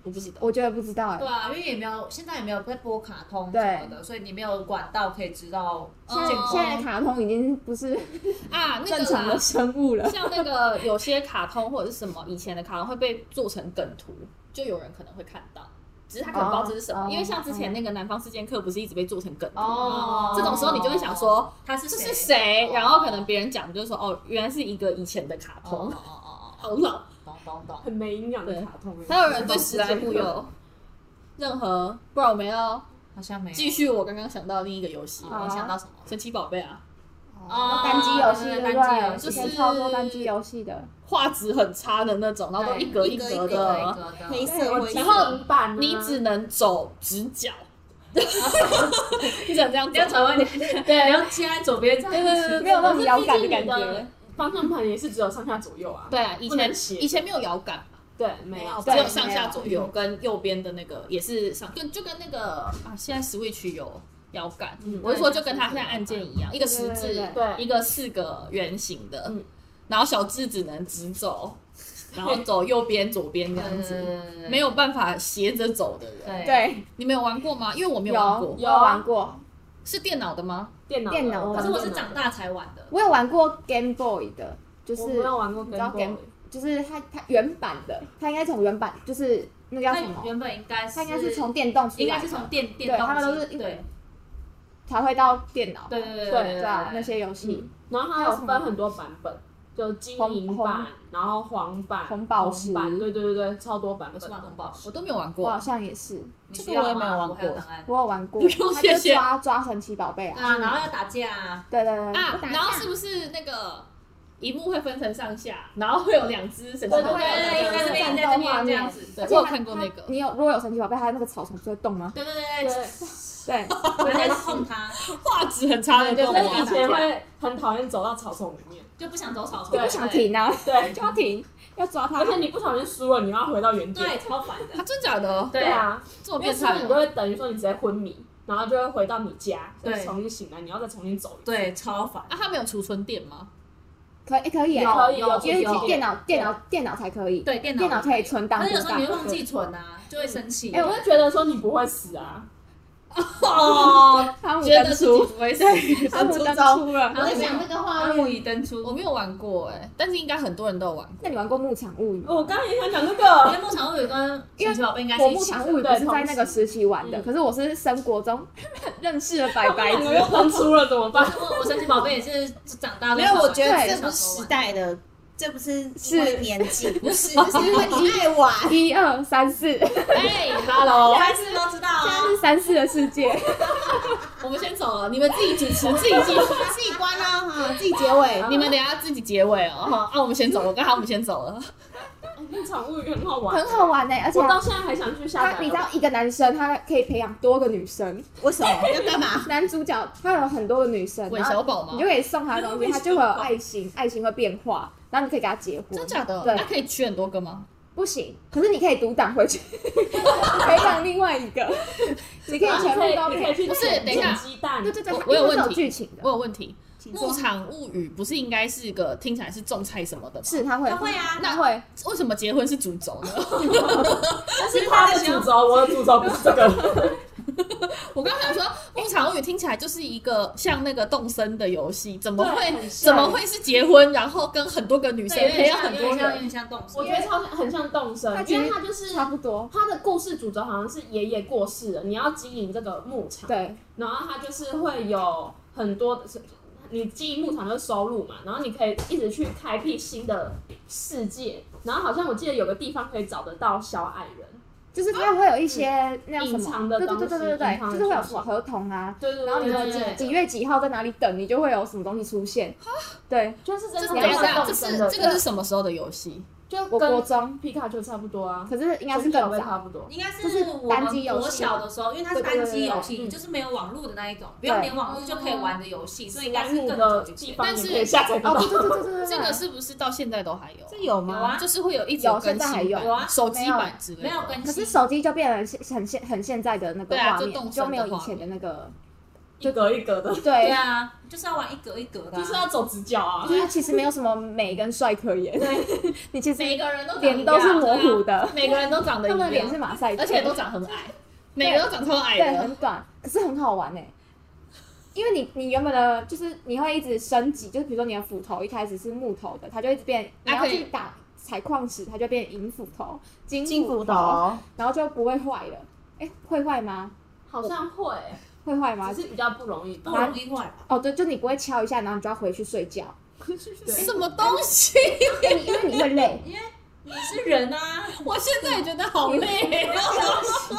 [SPEAKER 3] 我不知道。
[SPEAKER 2] 我觉得不知道哎
[SPEAKER 4] 对，啊，因为也没有现在也没有在播卡通什么的，所以你没有管道可以知道
[SPEAKER 3] 现在
[SPEAKER 4] 见
[SPEAKER 3] 哦
[SPEAKER 4] 狗
[SPEAKER 2] 现在的卡通已经不是
[SPEAKER 3] 啊，那
[SPEAKER 2] 正
[SPEAKER 3] 个
[SPEAKER 2] 常的
[SPEAKER 3] 啦，
[SPEAKER 2] 生物了，
[SPEAKER 3] 像那个有些卡通或者是什么以前的卡通会被做成梗图，就有人可能会看到，只是他可能不知道这是什么，
[SPEAKER 2] 哦
[SPEAKER 3] 因为像之前那个南方四剑客不是一直被做成梗图吗，
[SPEAKER 4] 哦
[SPEAKER 3] 这种时候你就会想说
[SPEAKER 4] 他是
[SPEAKER 3] 这是
[SPEAKER 4] 谁？
[SPEAKER 3] 谁
[SPEAKER 4] 哦？
[SPEAKER 3] 然后可能别人讲就是说哦，原来是一个以前的卡
[SPEAKER 4] 哦
[SPEAKER 3] 通
[SPEAKER 4] 哦，哦哦，
[SPEAKER 3] 好老。
[SPEAKER 4] 懂懂懂。
[SPEAKER 1] 很没营养的卡通欸。
[SPEAKER 3] 还有人对史莱姆有任何？不然我们要
[SPEAKER 4] 好像没有。
[SPEAKER 3] 继续我刚刚想到另一个游戏，
[SPEAKER 2] 好啊
[SPEAKER 4] 你想到什么？
[SPEAKER 3] 神奇宝贝啊，
[SPEAKER 4] 哦
[SPEAKER 2] 单机游戏
[SPEAKER 4] 对
[SPEAKER 2] 对
[SPEAKER 4] 对
[SPEAKER 2] 不
[SPEAKER 4] 单机游
[SPEAKER 2] 对？
[SPEAKER 4] 戏
[SPEAKER 2] 以前
[SPEAKER 3] 就是
[SPEAKER 2] 超多单机游戏的，
[SPEAKER 3] 画质很差的那种，然后都
[SPEAKER 4] 对
[SPEAKER 3] 一格
[SPEAKER 4] 一格
[SPEAKER 3] 格
[SPEAKER 4] 一格一
[SPEAKER 3] 的，
[SPEAKER 4] 格的
[SPEAKER 5] 黑
[SPEAKER 2] 对
[SPEAKER 5] 色
[SPEAKER 2] 我
[SPEAKER 5] 灰色，
[SPEAKER 3] 然后
[SPEAKER 1] 平板啊
[SPEAKER 3] 你只能走直角，你只能这样
[SPEAKER 4] 你要
[SPEAKER 3] 走。
[SPEAKER 4] 转弯，你对，然后切在左边这
[SPEAKER 3] 对
[SPEAKER 4] 样
[SPEAKER 3] 对
[SPEAKER 4] 子。
[SPEAKER 3] 对
[SPEAKER 2] 没有那
[SPEAKER 1] 可
[SPEAKER 2] 种
[SPEAKER 1] 是
[SPEAKER 2] 摇杆的
[SPEAKER 1] 毕竟
[SPEAKER 2] 感
[SPEAKER 1] 你
[SPEAKER 2] 觉。
[SPEAKER 1] 方向盘也是只有上下左右啊。
[SPEAKER 3] 对啊，以
[SPEAKER 1] 不
[SPEAKER 3] 前
[SPEAKER 1] 能斜
[SPEAKER 3] 以前没有摇杆嘛，
[SPEAKER 1] 对，没有。
[SPEAKER 2] 对
[SPEAKER 3] 只有上下左
[SPEAKER 2] 没
[SPEAKER 3] 右
[SPEAKER 2] 有
[SPEAKER 3] 跟右边的那个也是上，跟就跟那个啊，现在 Switch 有摇杆，
[SPEAKER 1] 嗯
[SPEAKER 3] 我是说就跟它现在按键一样，一个十字，
[SPEAKER 2] 对对
[SPEAKER 1] 对
[SPEAKER 3] 一个四个圆形的，
[SPEAKER 1] 嗯
[SPEAKER 3] 然后小智只能直走，然后走右边、左边这样子，没
[SPEAKER 4] 有
[SPEAKER 3] 有办法斜着走的人。
[SPEAKER 4] 对
[SPEAKER 2] 对，
[SPEAKER 3] 你们有玩过吗？因为我没
[SPEAKER 2] 有
[SPEAKER 3] 玩过，
[SPEAKER 2] 我有玩过，
[SPEAKER 3] 是电脑的吗？
[SPEAKER 1] 电脑的
[SPEAKER 2] 电脑的
[SPEAKER 4] 可
[SPEAKER 1] 玩
[SPEAKER 4] 是
[SPEAKER 1] 过
[SPEAKER 4] 我是
[SPEAKER 1] 电
[SPEAKER 4] 长
[SPEAKER 1] 脑
[SPEAKER 4] 大才玩的。
[SPEAKER 2] 我有玩过 Game Boy 的，就
[SPEAKER 1] 我
[SPEAKER 2] 是
[SPEAKER 1] 没有玩过
[SPEAKER 2] 你知道
[SPEAKER 1] Game
[SPEAKER 2] Game
[SPEAKER 1] Boy
[SPEAKER 2] 就是它它原版的，它应该从原版就是那叫
[SPEAKER 4] 那
[SPEAKER 2] 什么？
[SPEAKER 4] 原本应该是
[SPEAKER 2] 它应该是从电动出来的，
[SPEAKER 4] 应该是从电电
[SPEAKER 2] 对
[SPEAKER 4] 动机，
[SPEAKER 2] 他们都是一
[SPEAKER 4] 对
[SPEAKER 2] 才会到电脑。
[SPEAKER 4] 对对对
[SPEAKER 1] 对
[SPEAKER 2] 对啊，那些游戏
[SPEAKER 1] 嗯，然后它有分很多版本，就金银
[SPEAKER 2] 红
[SPEAKER 1] 版
[SPEAKER 2] 红，
[SPEAKER 1] 然后黄版、
[SPEAKER 2] 红宝石
[SPEAKER 1] 版，对对对对，超多版
[SPEAKER 4] 我
[SPEAKER 1] 本
[SPEAKER 4] 是
[SPEAKER 1] 的。
[SPEAKER 4] 玩红宝石
[SPEAKER 3] 我，都没有玩
[SPEAKER 2] 我好
[SPEAKER 3] 过。
[SPEAKER 2] 像也是，
[SPEAKER 4] 你
[SPEAKER 5] 这
[SPEAKER 4] 需
[SPEAKER 5] 个我
[SPEAKER 4] 要
[SPEAKER 5] 也没有
[SPEAKER 4] 吗
[SPEAKER 5] 玩
[SPEAKER 4] 我还有
[SPEAKER 5] 过
[SPEAKER 4] 档案
[SPEAKER 2] 我有玩过
[SPEAKER 3] 不用，
[SPEAKER 2] 它
[SPEAKER 3] 谢
[SPEAKER 2] 就
[SPEAKER 3] 谢
[SPEAKER 2] 抓抓神奇宝贝啊。
[SPEAKER 4] 啊，然后要打架啊，
[SPEAKER 2] 对对对对，
[SPEAKER 3] 啊，然后是不是那个荧幕会分成上下，然后会有两只神奇
[SPEAKER 2] 对
[SPEAKER 3] 宝
[SPEAKER 2] 对
[SPEAKER 3] 贝？
[SPEAKER 2] 对
[SPEAKER 4] 在这边，在这边这样子，
[SPEAKER 3] 对
[SPEAKER 2] 而且
[SPEAKER 3] 我有
[SPEAKER 2] 它
[SPEAKER 3] 看过那
[SPEAKER 2] 它
[SPEAKER 3] 个。
[SPEAKER 2] 你有如果有神奇宝贝，它那个草丛不是会动吗？
[SPEAKER 4] 对对对
[SPEAKER 1] 对，
[SPEAKER 4] 对，
[SPEAKER 2] 对，
[SPEAKER 4] 我在碰它，
[SPEAKER 3] 画质很差的
[SPEAKER 4] 对
[SPEAKER 3] 动
[SPEAKER 1] 所以
[SPEAKER 4] 对
[SPEAKER 1] 以
[SPEAKER 3] 物，
[SPEAKER 1] 前会很讨厌走到草丛里面，
[SPEAKER 4] 就不想走草丛，
[SPEAKER 1] 对
[SPEAKER 2] 不想，停啊，
[SPEAKER 1] 对，
[SPEAKER 2] 就要停，要抓它
[SPEAKER 1] 而。且你不小心输了，你要回到原点。
[SPEAKER 4] 对，超烦的，
[SPEAKER 3] 啊，真假的？
[SPEAKER 4] 对
[SPEAKER 1] 啊，
[SPEAKER 3] 这么
[SPEAKER 1] 因为
[SPEAKER 3] 变
[SPEAKER 1] 输了
[SPEAKER 3] 态
[SPEAKER 1] 你就
[SPEAKER 3] 哦，
[SPEAKER 1] 会等于说你直接昏迷，然后就会回到你家，
[SPEAKER 4] 对
[SPEAKER 1] 再重新醒来，你要再重新走一次。
[SPEAKER 4] 对，超烦，
[SPEAKER 3] 啊，它没有储存电吗？
[SPEAKER 2] 可以可以欸，
[SPEAKER 1] 可以
[SPEAKER 4] 有
[SPEAKER 2] 因为
[SPEAKER 1] 有
[SPEAKER 2] 电脑电脑电脑才可以，
[SPEAKER 4] 对，电脑
[SPEAKER 2] 电脑可以存档
[SPEAKER 4] 可是
[SPEAKER 2] 不
[SPEAKER 4] 有时候
[SPEAKER 2] 上
[SPEAKER 4] 你。会忘记存啊，就会生气，
[SPEAKER 1] 哎，我就觉得说你不会死啊，
[SPEAKER 3] 哦，
[SPEAKER 2] 汤姆
[SPEAKER 3] 觉得
[SPEAKER 2] 登
[SPEAKER 3] 自己
[SPEAKER 2] 出，
[SPEAKER 3] 不会死。
[SPEAKER 2] 汤姆登
[SPEAKER 5] 招
[SPEAKER 2] 出啊了。
[SPEAKER 4] 我在想那个画面，木已登出
[SPEAKER 3] 我没有玩过哎、但是应该很多人都有玩过。
[SPEAKER 2] 那你玩过《牧场物语》吗？
[SPEAKER 1] 哦我刚刚也想讲这个，
[SPEAKER 4] 因为牧场物语跟神奇宝贝应该
[SPEAKER 2] 我
[SPEAKER 4] 是一
[SPEAKER 2] 牧
[SPEAKER 4] 起的
[SPEAKER 2] 场物语不是在那个时期玩的，
[SPEAKER 1] 嗯
[SPEAKER 2] 可是我是升国中 认识了白白
[SPEAKER 1] 两个
[SPEAKER 2] 之
[SPEAKER 1] 又
[SPEAKER 2] 后，
[SPEAKER 1] 分出了怎么办？
[SPEAKER 4] 我我神奇宝贝也是长大了，
[SPEAKER 5] 没有，我觉得
[SPEAKER 2] 对
[SPEAKER 5] 这不是时代的，这不是
[SPEAKER 2] 是
[SPEAKER 5] 因为年纪，不是，是因为你爱玩。
[SPEAKER 2] 一二三四，现
[SPEAKER 3] 哎、哈 h e l l o
[SPEAKER 4] 下一次都知道
[SPEAKER 2] 在
[SPEAKER 4] 哦。
[SPEAKER 2] 是三四的世界。
[SPEAKER 3] 我们先走了，你们自己主持，自己继续，
[SPEAKER 5] 自己关啦、啊、哈，自己结尾。
[SPEAKER 3] 你们等一下自己结尾哦。哈啊，我们先走了，我跟哈姆先走了。
[SPEAKER 1] 哎那场物语很好玩，
[SPEAKER 2] 很好玩呢、而且
[SPEAKER 1] 我到现在还想去下
[SPEAKER 2] 他，
[SPEAKER 1] 载。
[SPEAKER 2] 你知道一个男生他可以培养多个女生，
[SPEAKER 5] 为什么要干嘛？
[SPEAKER 2] 男主角他有很多个女生，
[SPEAKER 3] 韦
[SPEAKER 2] 然后
[SPEAKER 3] 小宝吗
[SPEAKER 2] 你就？可以送他东西，他就会有爱心，爱心会变化，然后你可以跟他结婚。
[SPEAKER 3] 真假的？
[SPEAKER 2] 对
[SPEAKER 3] 那可以取很多个吗？
[SPEAKER 2] 不行，可是你可以独挡回去，培养另外一个，你可以全部都
[SPEAKER 1] 你可以你可以
[SPEAKER 2] 培。
[SPEAKER 1] 去
[SPEAKER 3] 不是等一下
[SPEAKER 1] 捡鸡蛋
[SPEAKER 2] 对，对对，
[SPEAKER 3] 我
[SPEAKER 2] 它
[SPEAKER 3] 我有
[SPEAKER 2] 因为
[SPEAKER 3] 问
[SPEAKER 2] 是
[SPEAKER 3] 题
[SPEAKER 2] 剧情
[SPEAKER 3] 我
[SPEAKER 2] 的，
[SPEAKER 3] 有问题，《
[SPEAKER 5] 请
[SPEAKER 3] 牧
[SPEAKER 5] 说
[SPEAKER 3] 场物语》不是应该是个听起来是种菜什么的吗？
[SPEAKER 2] 是他会，
[SPEAKER 4] 他会啊
[SPEAKER 2] 他会，
[SPEAKER 3] 为什么结婚是主轴呢？
[SPEAKER 1] 但是他的主轴，我的主轴不是这个。
[SPEAKER 3] 我刚想说，《牧场物语》听起来就是一个像那个动森的游戏，怎么
[SPEAKER 1] 对
[SPEAKER 3] 会
[SPEAKER 1] 很
[SPEAKER 3] 怎
[SPEAKER 1] 像
[SPEAKER 3] 么会是结婚，然后跟很多个女生
[SPEAKER 4] 对，有
[SPEAKER 3] 培
[SPEAKER 4] 点
[SPEAKER 3] 养
[SPEAKER 4] 像，
[SPEAKER 3] 很
[SPEAKER 4] 有
[SPEAKER 3] 多
[SPEAKER 4] 点像，有
[SPEAKER 3] 人？
[SPEAKER 4] 点像动物。
[SPEAKER 1] 我觉得超像很像动身
[SPEAKER 2] 他，其实
[SPEAKER 1] 因为他就是
[SPEAKER 2] 差不多，
[SPEAKER 1] 他的故事主轴好像是爷爷过世了，你要经营这个牧场，
[SPEAKER 2] 对，
[SPEAKER 1] 然后他就是会有很多的，你经营牧场就收入嘛，然后你可以一直去开辟新的世界，然后好像我记得有个地方可以找得到小矮人，
[SPEAKER 2] 就是他会有一些那样什
[SPEAKER 1] 隐
[SPEAKER 2] 么，
[SPEAKER 1] 藏
[SPEAKER 2] 对对
[SPEAKER 1] 的东西
[SPEAKER 2] 对对对对
[SPEAKER 1] 隐藏，的
[SPEAKER 2] 就是会有
[SPEAKER 1] 东西
[SPEAKER 2] 什么合同啊，
[SPEAKER 1] 对对对
[SPEAKER 2] 然后你
[SPEAKER 1] 对
[SPEAKER 2] 会
[SPEAKER 1] 对对
[SPEAKER 2] 几几月几号在哪里等，你就会有什么东西出现，对，
[SPEAKER 1] 就是
[SPEAKER 3] 这
[SPEAKER 1] 真的
[SPEAKER 3] 是
[SPEAKER 1] 很
[SPEAKER 3] 等一
[SPEAKER 1] 像
[SPEAKER 3] 下，这
[SPEAKER 1] 动
[SPEAKER 3] 是
[SPEAKER 1] 身的，
[SPEAKER 3] 这个是什么时候的游戏？
[SPEAKER 1] 就
[SPEAKER 2] 我国
[SPEAKER 1] 跟
[SPEAKER 2] 中，
[SPEAKER 1] 皮卡丘差不多啊，
[SPEAKER 2] 可是应该是
[SPEAKER 1] 跟
[SPEAKER 2] 更
[SPEAKER 1] 小贝
[SPEAKER 2] 早
[SPEAKER 1] 差，不多。
[SPEAKER 4] 应该是
[SPEAKER 2] 就是
[SPEAKER 4] 我
[SPEAKER 2] 单机
[SPEAKER 4] 们
[SPEAKER 2] 游戏
[SPEAKER 4] 我小的时候，因为它是
[SPEAKER 2] 对对
[SPEAKER 4] 单
[SPEAKER 2] 对
[SPEAKER 4] 机游
[SPEAKER 2] 对
[SPEAKER 1] 对
[SPEAKER 4] 戏，
[SPEAKER 1] 嗯
[SPEAKER 4] 就是没有网络的那一种，不用连网络就可以玩的游戏，所以应该
[SPEAKER 1] 栏
[SPEAKER 4] 是
[SPEAKER 1] 目
[SPEAKER 4] 更
[SPEAKER 1] 的
[SPEAKER 4] 早之
[SPEAKER 1] 地
[SPEAKER 4] 前。
[SPEAKER 1] 方
[SPEAKER 3] 但
[SPEAKER 1] 你
[SPEAKER 3] 是
[SPEAKER 1] 可以下载得
[SPEAKER 2] 哦
[SPEAKER 1] 到，
[SPEAKER 2] 对对对对对，
[SPEAKER 3] 这个是不是到现在都还有啊？
[SPEAKER 5] 这有吗？
[SPEAKER 4] 有啊，
[SPEAKER 3] 就是会有一直
[SPEAKER 2] 有
[SPEAKER 3] 更
[SPEAKER 2] 现在还
[SPEAKER 3] 新
[SPEAKER 2] 有
[SPEAKER 3] 版
[SPEAKER 4] 有啊
[SPEAKER 3] 手机版之类的，
[SPEAKER 4] 没有更新，
[SPEAKER 2] 可是手机就变成现很现很现在的那个
[SPEAKER 3] 对啊
[SPEAKER 2] 画
[SPEAKER 3] 就
[SPEAKER 2] 面，
[SPEAKER 3] 动
[SPEAKER 2] 就
[SPEAKER 3] 森
[SPEAKER 2] 没
[SPEAKER 3] 的
[SPEAKER 2] 有以
[SPEAKER 3] 画
[SPEAKER 2] 前的那个，
[SPEAKER 1] 一格一格的，
[SPEAKER 4] 对
[SPEAKER 2] 对，
[SPEAKER 4] 啊，就是要玩一格一格的啊，
[SPEAKER 1] 就是要走直角啊
[SPEAKER 2] 就。是其实没有什么美跟帅可言，你其实
[SPEAKER 3] 每个人都长一
[SPEAKER 2] 脸都是
[SPEAKER 3] 样
[SPEAKER 2] 模糊，
[SPEAKER 3] 对
[SPEAKER 2] 的
[SPEAKER 3] 啊，每个人都长得
[SPEAKER 2] 他
[SPEAKER 3] 一
[SPEAKER 2] 们的脸
[SPEAKER 3] 样
[SPEAKER 2] 是，马赛克，
[SPEAKER 3] 而且都长很矮，每个人都长超矮
[SPEAKER 2] 对
[SPEAKER 3] 的
[SPEAKER 2] 很。短，可是很好玩哎、因为你你原本的就是你会一直升级，就是比如说你的斧头一开始是木头的，它就一直变，你
[SPEAKER 3] 那
[SPEAKER 2] 要
[SPEAKER 3] 可以
[SPEAKER 2] 去打采矿石，它就变银斧头、金
[SPEAKER 5] 金
[SPEAKER 2] 斧
[SPEAKER 5] 斧，头，
[SPEAKER 2] 然后就不会坏了。哎、会坏吗？
[SPEAKER 1] 好像会，
[SPEAKER 2] 会坏吗
[SPEAKER 1] 只？是比较不容易吧
[SPEAKER 4] 不。容易坏吧？
[SPEAKER 2] 哦，对，就你不会敲一下，然后你就要回去睡觉，
[SPEAKER 1] 对
[SPEAKER 3] 什么东西？
[SPEAKER 2] 因为你因为你会累。
[SPEAKER 4] 因为你是人啊，
[SPEAKER 3] 我现在也觉得好累 哦。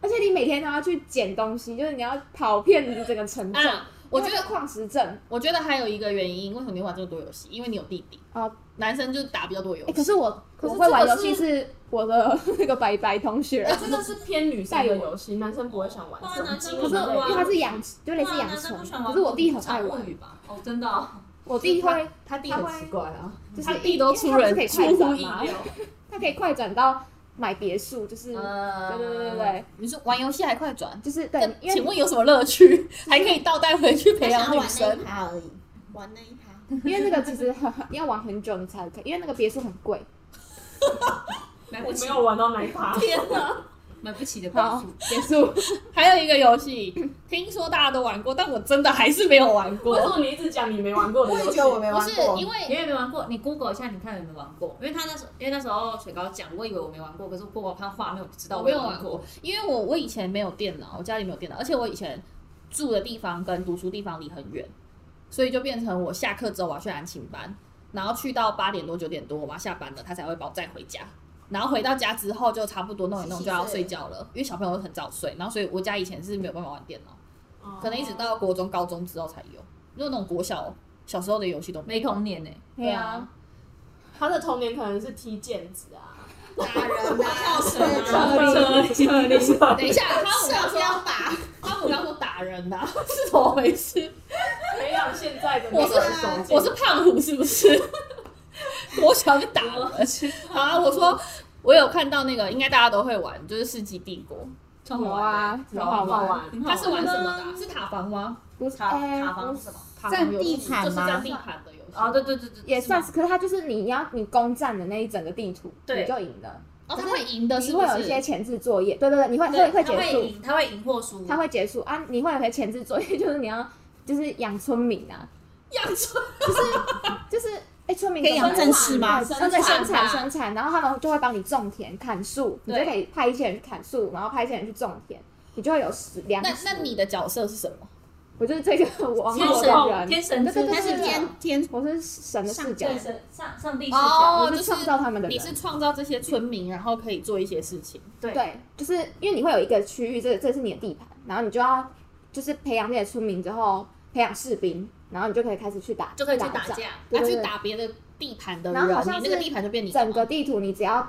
[SPEAKER 2] 而且你每天都要去捡东西，就是你要跑遍你整个城镇。
[SPEAKER 3] 啊，我觉
[SPEAKER 2] 因为
[SPEAKER 3] 得，
[SPEAKER 2] 矿石镇
[SPEAKER 3] 我觉得还有一个原因，为什么你玩这么多游戏？因为你有弟弟，
[SPEAKER 2] 啊，
[SPEAKER 3] 男生就是打比较多游
[SPEAKER 2] 哎、
[SPEAKER 3] 戏。
[SPEAKER 2] 可是我
[SPEAKER 1] 可是
[SPEAKER 2] 我会玩
[SPEAKER 1] 这
[SPEAKER 2] 游
[SPEAKER 1] 个
[SPEAKER 2] 戏
[SPEAKER 1] 是
[SPEAKER 2] 是我的那个白白同 学，
[SPEAKER 1] 这个是偏女生的游戏，男生不会想玩这种经
[SPEAKER 2] 可
[SPEAKER 1] 营
[SPEAKER 2] 是
[SPEAKER 1] 类
[SPEAKER 2] 因
[SPEAKER 1] 的。
[SPEAKER 2] 为他是养，就类似
[SPEAKER 4] 哇
[SPEAKER 2] 养
[SPEAKER 4] 男生不喜欢
[SPEAKER 2] 成，可
[SPEAKER 4] 玩
[SPEAKER 2] 是我弟很爱
[SPEAKER 4] 物
[SPEAKER 2] 玩，
[SPEAKER 4] 语吧？哦，真的哦，
[SPEAKER 2] 我弟会
[SPEAKER 3] 他弟
[SPEAKER 2] 他会
[SPEAKER 3] 怪啊，
[SPEAKER 2] 就是
[SPEAKER 3] 他弟都出人
[SPEAKER 2] 因为他
[SPEAKER 3] 出
[SPEAKER 2] 不是
[SPEAKER 3] 乎
[SPEAKER 2] 可以
[SPEAKER 3] 意
[SPEAKER 2] 快转吗？
[SPEAKER 3] 料。
[SPEAKER 2] 他可以快转到买别墅，就是、
[SPEAKER 3] 呃
[SPEAKER 2] 对对对对对，
[SPEAKER 3] 你说玩游戏还快转？
[SPEAKER 2] 就是
[SPEAKER 3] 那
[SPEAKER 2] 对，因为
[SPEAKER 3] 请问有什么乐趣？还可以倒带回去培养女
[SPEAKER 5] 玩那
[SPEAKER 3] 生
[SPEAKER 5] 一？趴而已，玩那一趴。
[SPEAKER 2] 因为那个其实很要玩很久你才可以，因为那个别墅很贵。
[SPEAKER 4] 买
[SPEAKER 1] 我
[SPEAKER 4] 不
[SPEAKER 1] 没
[SPEAKER 4] 起，
[SPEAKER 1] 有玩到那一趴，
[SPEAKER 3] 天哪！
[SPEAKER 4] 买不起的别
[SPEAKER 2] 好
[SPEAKER 4] 墅。，
[SPEAKER 2] 结束。
[SPEAKER 3] 还有一个游戏，听说大家都玩过，但我真的还是没有玩
[SPEAKER 1] 为什
[SPEAKER 3] 过。
[SPEAKER 1] 么你一直讲你没玩过的
[SPEAKER 5] 我也
[SPEAKER 1] 游戏
[SPEAKER 5] 觉？得我没
[SPEAKER 3] 不
[SPEAKER 5] 玩
[SPEAKER 3] 是
[SPEAKER 5] 过，
[SPEAKER 3] 因
[SPEAKER 4] 你
[SPEAKER 3] 为
[SPEAKER 4] 哎有没有玩过？你 Google 一下，你看有没有玩过？因为他那时候，因为那时候水高讲，我以为我没玩过，可是我 Google 看画面，我就知道
[SPEAKER 3] 我
[SPEAKER 4] 我
[SPEAKER 3] 没有
[SPEAKER 4] 玩
[SPEAKER 3] 玩。因为我我以前没有电脑，我家里没有电脑，而且我以前住的地方跟读书地方离很远，所以就变成我下课之后我要去安琴班，然后去到八点多九点多我妈下班了，她才会把我载回家。然后回到家之后就差不多弄一弄就要睡觉了，因为小朋友很早睡，然后所以我家以前是没有办法玩电脑，
[SPEAKER 1] 哦
[SPEAKER 3] 可能一直到国中、高中之后才有，就那种国小小时候的游戏都没有。
[SPEAKER 4] 没童年呢、
[SPEAKER 2] 对啊，
[SPEAKER 1] 他的童年可能是踢毽子啊，
[SPEAKER 5] 打人啊，是
[SPEAKER 2] 车
[SPEAKER 1] 车车力车
[SPEAKER 3] 等一下，他我刚
[SPEAKER 5] 射
[SPEAKER 3] 说，
[SPEAKER 5] 标靶，
[SPEAKER 3] 他我刚说打人呐、 是怎么回事？
[SPEAKER 1] 培养现在的
[SPEAKER 3] 我
[SPEAKER 1] 那
[SPEAKER 3] 是
[SPEAKER 1] 个手
[SPEAKER 3] 我
[SPEAKER 1] 劲。
[SPEAKER 3] 是胖虎是不是？我想打人。好啊，我说我有看到那个，应该大家都会玩，就是《世纪帝国
[SPEAKER 4] 超
[SPEAKER 2] 有啊，很
[SPEAKER 1] 好
[SPEAKER 2] 玩。
[SPEAKER 1] 玩，》，
[SPEAKER 3] 它是玩什么的啊、是塔防吗？
[SPEAKER 2] 不是，
[SPEAKER 4] 塔
[SPEAKER 2] 哎、
[SPEAKER 4] 塔防
[SPEAKER 2] 不
[SPEAKER 4] 是
[SPEAKER 2] 是
[SPEAKER 4] 什么？
[SPEAKER 3] 塔防游戏
[SPEAKER 5] 占地盘吗
[SPEAKER 3] 就是占地盘的游戏。
[SPEAKER 4] 哦，对对对对，
[SPEAKER 2] 也算
[SPEAKER 4] 是
[SPEAKER 2] 是，可是它就是你要你攻占的那一整个地图，
[SPEAKER 4] 对
[SPEAKER 2] 你就赢了。
[SPEAKER 3] 哦，它会赢的
[SPEAKER 2] 你
[SPEAKER 3] 是不
[SPEAKER 2] 会
[SPEAKER 3] 是？
[SPEAKER 2] 有一些前置作业，对对对，你会
[SPEAKER 4] 吗
[SPEAKER 2] 会会
[SPEAKER 4] 他
[SPEAKER 2] 结
[SPEAKER 4] 会
[SPEAKER 2] 束，
[SPEAKER 4] 赢，他会赢或输。
[SPEAKER 2] 它会结束啊，你会有一些前置作业，就是你要就是养村民啊，
[SPEAKER 3] 养出
[SPEAKER 2] 就是哎、村民
[SPEAKER 5] 可以养
[SPEAKER 2] 怎么
[SPEAKER 5] 正式吗
[SPEAKER 2] 对
[SPEAKER 1] 生
[SPEAKER 2] 对，
[SPEAKER 1] 产
[SPEAKER 2] 生产
[SPEAKER 4] 吧
[SPEAKER 2] 生产，然后他们就会帮你种田、砍树，你就
[SPEAKER 4] 对
[SPEAKER 2] 可以派一些人去砍树，然后派一些人去种田，你就会有食粮
[SPEAKER 3] 那
[SPEAKER 2] 食
[SPEAKER 3] 那你的角色是什么？
[SPEAKER 2] 我就是这个王
[SPEAKER 4] 天
[SPEAKER 2] 国
[SPEAKER 4] 神
[SPEAKER 2] 的
[SPEAKER 4] 后
[SPEAKER 2] 人，
[SPEAKER 4] 天神之
[SPEAKER 2] 对对对
[SPEAKER 5] 但是
[SPEAKER 2] 对
[SPEAKER 4] 天
[SPEAKER 5] 天天
[SPEAKER 2] 我是神的视角，
[SPEAKER 4] 对神上上帝视角，
[SPEAKER 3] 哦
[SPEAKER 2] 我
[SPEAKER 3] 就是是
[SPEAKER 2] 创造他们的
[SPEAKER 3] 你
[SPEAKER 2] 人。
[SPEAKER 3] 是创造这些村民，然后可以做一些事情。
[SPEAKER 4] 对
[SPEAKER 2] 对，就是因为你会有一个区域，这这是你的地盘，然后你就要就是培养这些村民之后，培养士兵，然后你就可以开始去打，
[SPEAKER 3] 就可以去
[SPEAKER 2] 打
[SPEAKER 3] 打
[SPEAKER 2] 仗。
[SPEAKER 4] 啊
[SPEAKER 3] 架，
[SPEAKER 2] 对
[SPEAKER 3] 他
[SPEAKER 2] 对
[SPEAKER 3] 去
[SPEAKER 2] 对
[SPEAKER 3] 打别的地盘的人，
[SPEAKER 2] 然后好像
[SPEAKER 3] 你那个
[SPEAKER 2] 是
[SPEAKER 3] 地盘就变你的
[SPEAKER 2] 整个地图你只要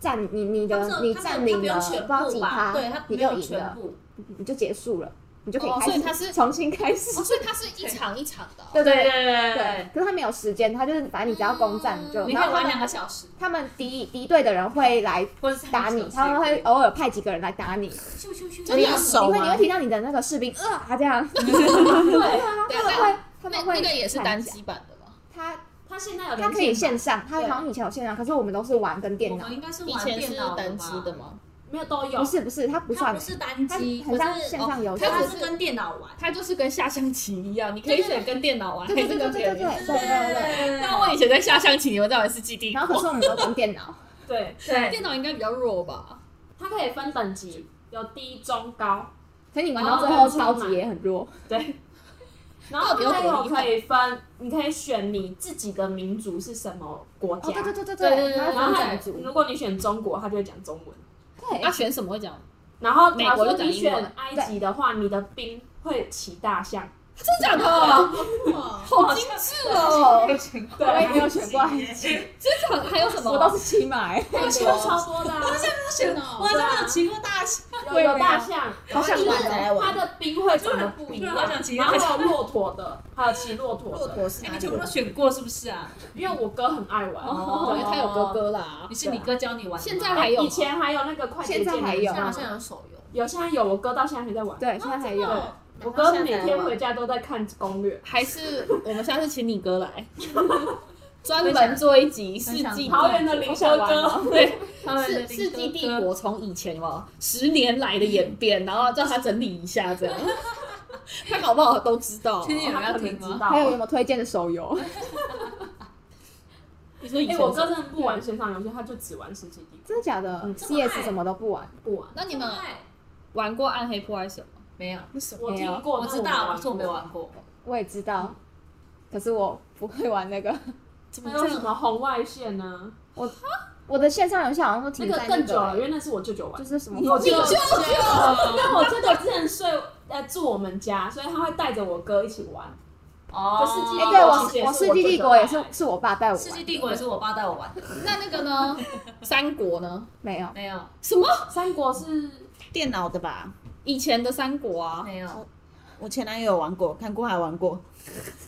[SPEAKER 2] 占你你
[SPEAKER 4] 他
[SPEAKER 2] 的
[SPEAKER 4] 这
[SPEAKER 2] 你
[SPEAKER 4] 他
[SPEAKER 2] 占
[SPEAKER 4] 不他
[SPEAKER 2] 领
[SPEAKER 4] 不
[SPEAKER 2] 了不
[SPEAKER 4] 用
[SPEAKER 2] 知
[SPEAKER 4] 全
[SPEAKER 2] 道
[SPEAKER 4] 部
[SPEAKER 2] 几
[SPEAKER 4] 吧？
[SPEAKER 2] 趴
[SPEAKER 4] 对，他，不
[SPEAKER 2] 你就
[SPEAKER 4] 用
[SPEAKER 2] 赢
[SPEAKER 4] 全
[SPEAKER 2] 了，
[SPEAKER 4] 部。
[SPEAKER 2] 你就结束了，你就可以
[SPEAKER 3] 哦
[SPEAKER 2] 开始、
[SPEAKER 3] 所以它是
[SPEAKER 2] 重新开始。
[SPEAKER 3] 哦，所以它是一场一场的哦、
[SPEAKER 2] 对对
[SPEAKER 4] 对嗯
[SPEAKER 2] 对，，可是他没有时间，他就是反正你只要攻占你就，
[SPEAKER 4] 你
[SPEAKER 2] 然
[SPEAKER 4] 可
[SPEAKER 2] 后他
[SPEAKER 4] 以玩两
[SPEAKER 2] 们
[SPEAKER 4] 个小时，
[SPEAKER 2] 他们敌敌对的人会来
[SPEAKER 4] 或者是
[SPEAKER 2] 打你，他们会偶尔派几个人来打你，
[SPEAKER 4] 咻咻咻，
[SPEAKER 3] 真的有
[SPEAKER 2] 你
[SPEAKER 5] 手
[SPEAKER 2] 会你
[SPEAKER 5] 吗
[SPEAKER 2] 会？听到你的那个士兵啊这样，
[SPEAKER 1] 对，
[SPEAKER 3] 对
[SPEAKER 2] 他们
[SPEAKER 3] 那
[SPEAKER 2] 会他
[SPEAKER 3] 那
[SPEAKER 2] 们会
[SPEAKER 3] 那个也是
[SPEAKER 2] 看
[SPEAKER 3] 单
[SPEAKER 2] 一下
[SPEAKER 3] 机版的吗？
[SPEAKER 2] 他
[SPEAKER 1] 他现在有
[SPEAKER 2] 他
[SPEAKER 1] 连
[SPEAKER 2] 可以
[SPEAKER 1] 线
[SPEAKER 2] 线上，他
[SPEAKER 1] 对
[SPEAKER 2] 好像以前有线上，可是我们都是玩跟电
[SPEAKER 4] 我
[SPEAKER 2] 脑
[SPEAKER 4] 们，应该是
[SPEAKER 3] 以
[SPEAKER 4] 玩
[SPEAKER 3] 前是
[SPEAKER 4] 电脑
[SPEAKER 3] 单机
[SPEAKER 4] 吧
[SPEAKER 3] 的？吗？
[SPEAKER 1] 没有都有
[SPEAKER 2] 不，是不是，他不
[SPEAKER 4] 它
[SPEAKER 2] 算
[SPEAKER 4] 不，是单
[SPEAKER 2] 它
[SPEAKER 4] 机，
[SPEAKER 2] 很像线上游戏，
[SPEAKER 4] 它
[SPEAKER 3] 它
[SPEAKER 4] 只
[SPEAKER 3] 只
[SPEAKER 4] 是
[SPEAKER 3] 是
[SPEAKER 4] 跟电脑玩。
[SPEAKER 3] 它就是跟下象棋一样，你可以选跟电脑玩，
[SPEAKER 2] 对
[SPEAKER 3] 还
[SPEAKER 2] 对
[SPEAKER 3] 是
[SPEAKER 2] 对
[SPEAKER 3] 跟
[SPEAKER 2] 对
[SPEAKER 3] 别
[SPEAKER 2] 对对
[SPEAKER 3] 人玩。
[SPEAKER 2] 对对对对。
[SPEAKER 3] 但我以前在下象棋，你们在玩《世纪帝国
[SPEAKER 2] 然后》，可是我们都玩电脑，
[SPEAKER 1] 对，
[SPEAKER 4] 对，
[SPEAKER 3] 电脑应该比较弱吧？
[SPEAKER 1] 它可以分等级，有低、中、高，
[SPEAKER 2] 可是你玩到最后超级也很弱，
[SPEAKER 1] 对。然
[SPEAKER 3] 到
[SPEAKER 1] 后
[SPEAKER 3] 底有
[SPEAKER 1] 还
[SPEAKER 3] 多
[SPEAKER 1] 有
[SPEAKER 3] 厉害
[SPEAKER 1] 可以分，你可以选你自己的民族是什么国家，
[SPEAKER 2] 哦对对对对
[SPEAKER 3] 对对
[SPEAKER 2] 然
[SPEAKER 3] 对对
[SPEAKER 1] 然后
[SPEAKER 2] 后
[SPEAKER 1] 还
[SPEAKER 2] 分
[SPEAKER 1] 有
[SPEAKER 2] 种族，
[SPEAKER 1] 如果你选中国，他就会讲中文。
[SPEAKER 2] 对
[SPEAKER 3] 他选什么会讲？
[SPEAKER 1] 然后，
[SPEAKER 3] 美
[SPEAKER 1] 假如
[SPEAKER 3] 国
[SPEAKER 1] 说
[SPEAKER 3] 就讲
[SPEAKER 1] 你
[SPEAKER 3] 英文
[SPEAKER 1] 选埃及的话，你的兵会骑大象。
[SPEAKER 3] 真的假的？好精致哦！
[SPEAKER 1] 对，
[SPEAKER 2] 我也没有选过，
[SPEAKER 3] 这场还有什么？
[SPEAKER 2] 我都是骑马，哎
[SPEAKER 1] 我选超多的啊，
[SPEAKER 2] 哦
[SPEAKER 4] 我还真没有骑过大象，
[SPEAKER 1] 有有大象，
[SPEAKER 2] 好想玩哦。
[SPEAKER 1] 它的兵会长得不一样，
[SPEAKER 4] 突然好想骑
[SPEAKER 1] 然后还有骆驼的，还有骑骆驼的，
[SPEAKER 5] 是
[SPEAKER 4] 哎，你全部都选过是不是啊？
[SPEAKER 1] 因为我哥很爱玩。
[SPEAKER 3] 哦，因为他有哥哥啦
[SPEAKER 4] 你。是你哥教你玩的吗？
[SPEAKER 3] 现在还有吗
[SPEAKER 1] 以前还有那个快捷键，
[SPEAKER 2] 现在还有
[SPEAKER 1] 你知道吗
[SPEAKER 4] 像有手游，
[SPEAKER 1] 有现在有，我哥到现在还在玩。
[SPEAKER 2] 对，现在还有，
[SPEAKER 4] 哦
[SPEAKER 1] 我哥每天回家都在看攻略。
[SPEAKER 3] 还是我们下次请你哥 来，专门做一集《世纪
[SPEAKER 1] 桃园的林哥哥，
[SPEAKER 3] 对，
[SPEAKER 1] 桃园的
[SPEAKER 3] 世
[SPEAKER 1] 林
[SPEAKER 3] 世
[SPEAKER 1] 哥哥
[SPEAKER 3] 纪帝
[SPEAKER 4] 哦
[SPEAKER 3] 国从以前嘛十年来的演变，然后叫他整理一下 这样，他搞不好都知道。
[SPEAKER 4] 确定有人要听
[SPEAKER 1] 知
[SPEAKER 4] 吗？
[SPEAKER 1] 道。
[SPEAKER 2] 还有有没有推荐的手游？
[SPEAKER 3] 你说以
[SPEAKER 1] 哎，
[SPEAKER 3] 前
[SPEAKER 1] 我哥真的不玩线上游戏，他就只玩《世纪帝
[SPEAKER 2] 真的假的
[SPEAKER 1] 嗯
[SPEAKER 2] ？CS 什么都不玩，
[SPEAKER 1] 国》，不玩。
[SPEAKER 3] 那你
[SPEAKER 4] 哦
[SPEAKER 3] 们玩过《暗黑破坏神》吗？
[SPEAKER 4] 没有？
[SPEAKER 3] 为什
[SPEAKER 1] 我
[SPEAKER 2] 没有
[SPEAKER 1] 听过，
[SPEAKER 4] 我知道，可是我没。玩过。
[SPEAKER 2] 我也知道，可是我不会玩那个。
[SPEAKER 3] 怎
[SPEAKER 4] 哎
[SPEAKER 3] 么
[SPEAKER 1] 还有
[SPEAKER 3] 这
[SPEAKER 1] 什
[SPEAKER 3] 样？
[SPEAKER 1] 么红外线呢？
[SPEAKER 2] 我的线上游戏好像都
[SPEAKER 1] 那
[SPEAKER 2] 停
[SPEAKER 1] 个
[SPEAKER 2] 在
[SPEAKER 1] 更久
[SPEAKER 2] 个
[SPEAKER 1] 了，因为那是我舅舅玩的
[SPEAKER 2] 就。是
[SPEAKER 3] 哦
[SPEAKER 2] 什么
[SPEAKER 1] 我舅舅，但我舅舅之前睡呃住我们家，所以他会带着我哥一起玩。
[SPEAKER 4] 哦
[SPEAKER 2] 哎，
[SPEAKER 1] 世纪
[SPEAKER 2] 对我
[SPEAKER 1] 其实也是
[SPEAKER 2] 我
[SPEAKER 1] 我
[SPEAKER 2] 世纪帝国
[SPEAKER 1] 舅舅
[SPEAKER 2] 也是是我爸带我
[SPEAKER 4] 世纪
[SPEAKER 2] 玩，
[SPEAKER 4] 帝国也是我爸带我玩的，
[SPEAKER 3] 那那个呢？三国呢？
[SPEAKER 2] 没有
[SPEAKER 4] 没有，
[SPEAKER 3] 什么？
[SPEAKER 1] 三国是
[SPEAKER 5] 电脑的吧？
[SPEAKER 3] 以前的三国啊？
[SPEAKER 4] 没
[SPEAKER 2] 哦
[SPEAKER 4] 有。
[SPEAKER 5] 我前男友有玩过，看过还玩过。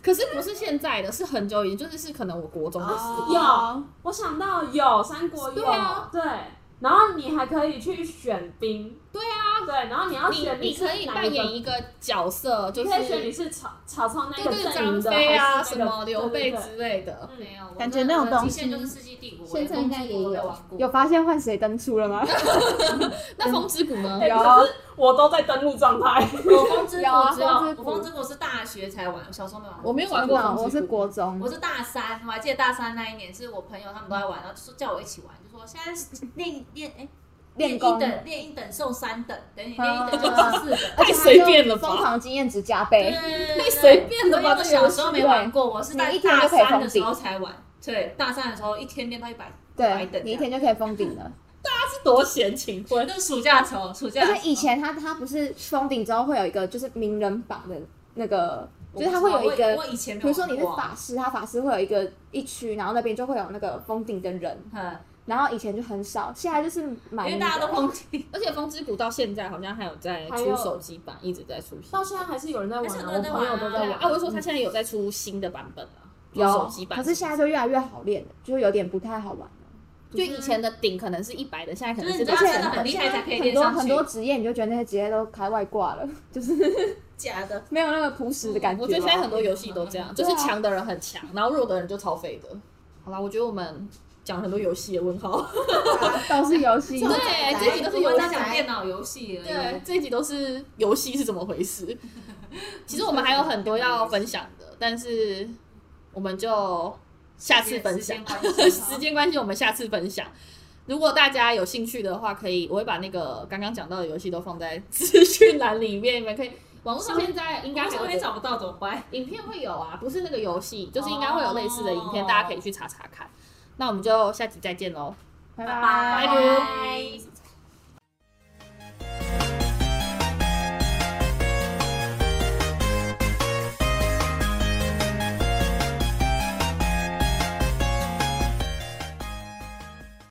[SPEAKER 3] 可是不是现在的，是很久以前，就是是可能我国中的时
[SPEAKER 5] 哦
[SPEAKER 3] 候。
[SPEAKER 1] 有，我想到有三国有
[SPEAKER 3] 对啊
[SPEAKER 1] 对，然后你还可以去选兵，
[SPEAKER 3] 对啊，
[SPEAKER 1] 对，然后你要
[SPEAKER 3] 你
[SPEAKER 1] 选
[SPEAKER 3] 你
[SPEAKER 1] 是
[SPEAKER 3] 可以
[SPEAKER 1] 哪
[SPEAKER 3] 扮
[SPEAKER 1] 一个
[SPEAKER 3] 演一个角色，就
[SPEAKER 1] 你
[SPEAKER 3] 是
[SPEAKER 1] 可以选你是曹曹操那
[SPEAKER 3] 对
[SPEAKER 1] 个
[SPEAKER 3] 对
[SPEAKER 1] 阵
[SPEAKER 3] 张
[SPEAKER 1] 营的，
[SPEAKER 3] 飞啊，
[SPEAKER 1] 还
[SPEAKER 3] 什
[SPEAKER 1] 是那个
[SPEAKER 3] 么刘备。
[SPEAKER 1] 对对
[SPEAKER 3] 之
[SPEAKER 1] 对
[SPEAKER 3] 类的。
[SPEAKER 2] 嗯
[SPEAKER 4] 没有，
[SPEAKER 5] 感觉那种东西
[SPEAKER 4] 现就是《世纪帝国》，
[SPEAKER 2] 现在应该也有
[SPEAKER 4] 我连玩过。
[SPEAKER 2] 有发现换谁登出了吗？
[SPEAKER 3] 那风之谷呢？
[SPEAKER 1] 哎
[SPEAKER 2] 有
[SPEAKER 1] 可是 我都在登录 状态，
[SPEAKER 4] 我风之
[SPEAKER 2] 有
[SPEAKER 4] 国
[SPEAKER 2] 啊
[SPEAKER 4] 知道，
[SPEAKER 2] 风之
[SPEAKER 4] 我
[SPEAKER 2] 谷
[SPEAKER 4] 风之国是大学才 玩，我小时候没玩过。
[SPEAKER 3] 我没有玩过
[SPEAKER 2] 那
[SPEAKER 3] 风之谷，
[SPEAKER 2] 我是国中
[SPEAKER 4] 我，是大三，我还记得大三那一年是我朋友他们都在玩，然后就说叫我一起玩，就说现在是练练哎练
[SPEAKER 2] 练
[SPEAKER 4] 一
[SPEAKER 2] 功
[SPEAKER 4] 等，练一等送三等，等你练一
[SPEAKER 2] 啊
[SPEAKER 4] 等就 四等。
[SPEAKER 2] 而且
[SPEAKER 3] 太随便了
[SPEAKER 2] 它就疯
[SPEAKER 3] 吧？
[SPEAKER 2] 狂经验值加
[SPEAKER 4] 对
[SPEAKER 2] 倍，
[SPEAKER 4] 对
[SPEAKER 3] 太
[SPEAKER 4] 对
[SPEAKER 3] 随便了吧？
[SPEAKER 4] 我
[SPEAKER 3] 这
[SPEAKER 4] 小
[SPEAKER 3] 游
[SPEAKER 4] 时
[SPEAKER 3] 戏
[SPEAKER 4] 候没玩过，我是在
[SPEAKER 2] 你一天
[SPEAKER 4] 大
[SPEAKER 2] 就可以
[SPEAKER 4] 三
[SPEAKER 2] 封
[SPEAKER 4] 的时
[SPEAKER 2] 顶
[SPEAKER 4] 候才玩。对，大三的时候一天练到一百百
[SPEAKER 2] 对
[SPEAKER 4] 啊等，
[SPEAKER 2] 你一天就可以封顶了。
[SPEAKER 3] 是多闲情
[SPEAKER 4] 这样，
[SPEAKER 3] 婚。
[SPEAKER 4] 那是暑假的时候，暑
[SPEAKER 2] 而
[SPEAKER 4] 假的时候。
[SPEAKER 2] 且以前他他不是封顶之后会有一个就是名人榜的那个，
[SPEAKER 4] 我
[SPEAKER 2] 就是他
[SPEAKER 4] 不
[SPEAKER 2] 会
[SPEAKER 4] 知道
[SPEAKER 2] 有一
[SPEAKER 4] 我
[SPEAKER 2] 个，
[SPEAKER 4] 我以前没
[SPEAKER 2] 比如
[SPEAKER 4] 有
[SPEAKER 2] 说
[SPEAKER 4] 玩
[SPEAKER 2] 你是
[SPEAKER 4] 过啊，
[SPEAKER 2] 法师，他法师会有一个一区，然后那边就会有那个封顶的人，然后以前就很少，现在就是
[SPEAKER 4] 嗯，
[SPEAKER 2] 蛮
[SPEAKER 4] 因为大家都碰壁，
[SPEAKER 3] 而且风之谷到现在好像还有在
[SPEAKER 1] 还有
[SPEAKER 3] 出手机版，一直在出新。
[SPEAKER 1] 到现在还是有人在玩
[SPEAKER 4] 还是
[SPEAKER 1] 啊，
[SPEAKER 4] 有
[SPEAKER 1] 我
[SPEAKER 4] 人在玩啊
[SPEAKER 1] 朋友都在
[SPEAKER 3] 对啊，
[SPEAKER 1] 玩
[SPEAKER 3] 啊，我是说它现在有在出新的版本了，手
[SPEAKER 2] 有
[SPEAKER 3] 机，版。
[SPEAKER 2] 可是现在就越来越好练了，就是有点不太好玩了。
[SPEAKER 3] 就以前的顶可能是一百的，现在可能
[SPEAKER 4] 就是你
[SPEAKER 3] 是
[SPEAKER 4] 知
[SPEAKER 2] 而
[SPEAKER 4] 道
[SPEAKER 2] 且
[SPEAKER 4] 真的很厉害才可以
[SPEAKER 2] 很
[SPEAKER 4] 练
[SPEAKER 2] 多
[SPEAKER 4] 上去。
[SPEAKER 2] 很多职业，你就觉得那些职业都开外挂了， 就是
[SPEAKER 5] 假的，
[SPEAKER 2] 没有那个朴实的感觉了。
[SPEAKER 3] 我觉得现在很多游戏都这样，就
[SPEAKER 2] 对啊
[SPEAKER 3] 是强的人很强，然后弱的人就超废的。好啦，我觉得我们讲很多游戏的问号，
[SPEAKER 2] 都是游戏，
[SPEAKER 3] 对这几个都是
[SPEAKER 4] 我
[SPEAKER 3] 游
[SPEAKER 4] 们
[SPEAKER 3] 戏
[SPEAKER 4] 在讲电脑游戏而已。
[SPEAKER 3] 对，这一集都是游戏是怎么回 事。其实我们还有很多要分享的，但是我们就下次分享。 时间关系，我们下次分享。如果大家有兴趣的话，可以，我会把那个刚刚讲到的游戏都放在资讯栏里面，你们可以。网络上现在应
[SPEAKER 4] 应
[SPEAKER 3] 该
[SPEAKER 4] 该
[SPEAKER 3] 还有
[SPEAKER 4] 会找不到怎么办？
[SPEAKER 3] 影片会有啊，不是那个游戏，就是应该会有类似的影片，
[SPEAKER 4] 哦
[SPEAKER 3] 大家可以去查查看。那我们就下集再见喽，
[SPEAKER 2] 拜
[SPEAKER 4] 拜
[SPEAKER 3] 拜
[SPEAKER 2] 拜。
[SPEAKER 3] 拜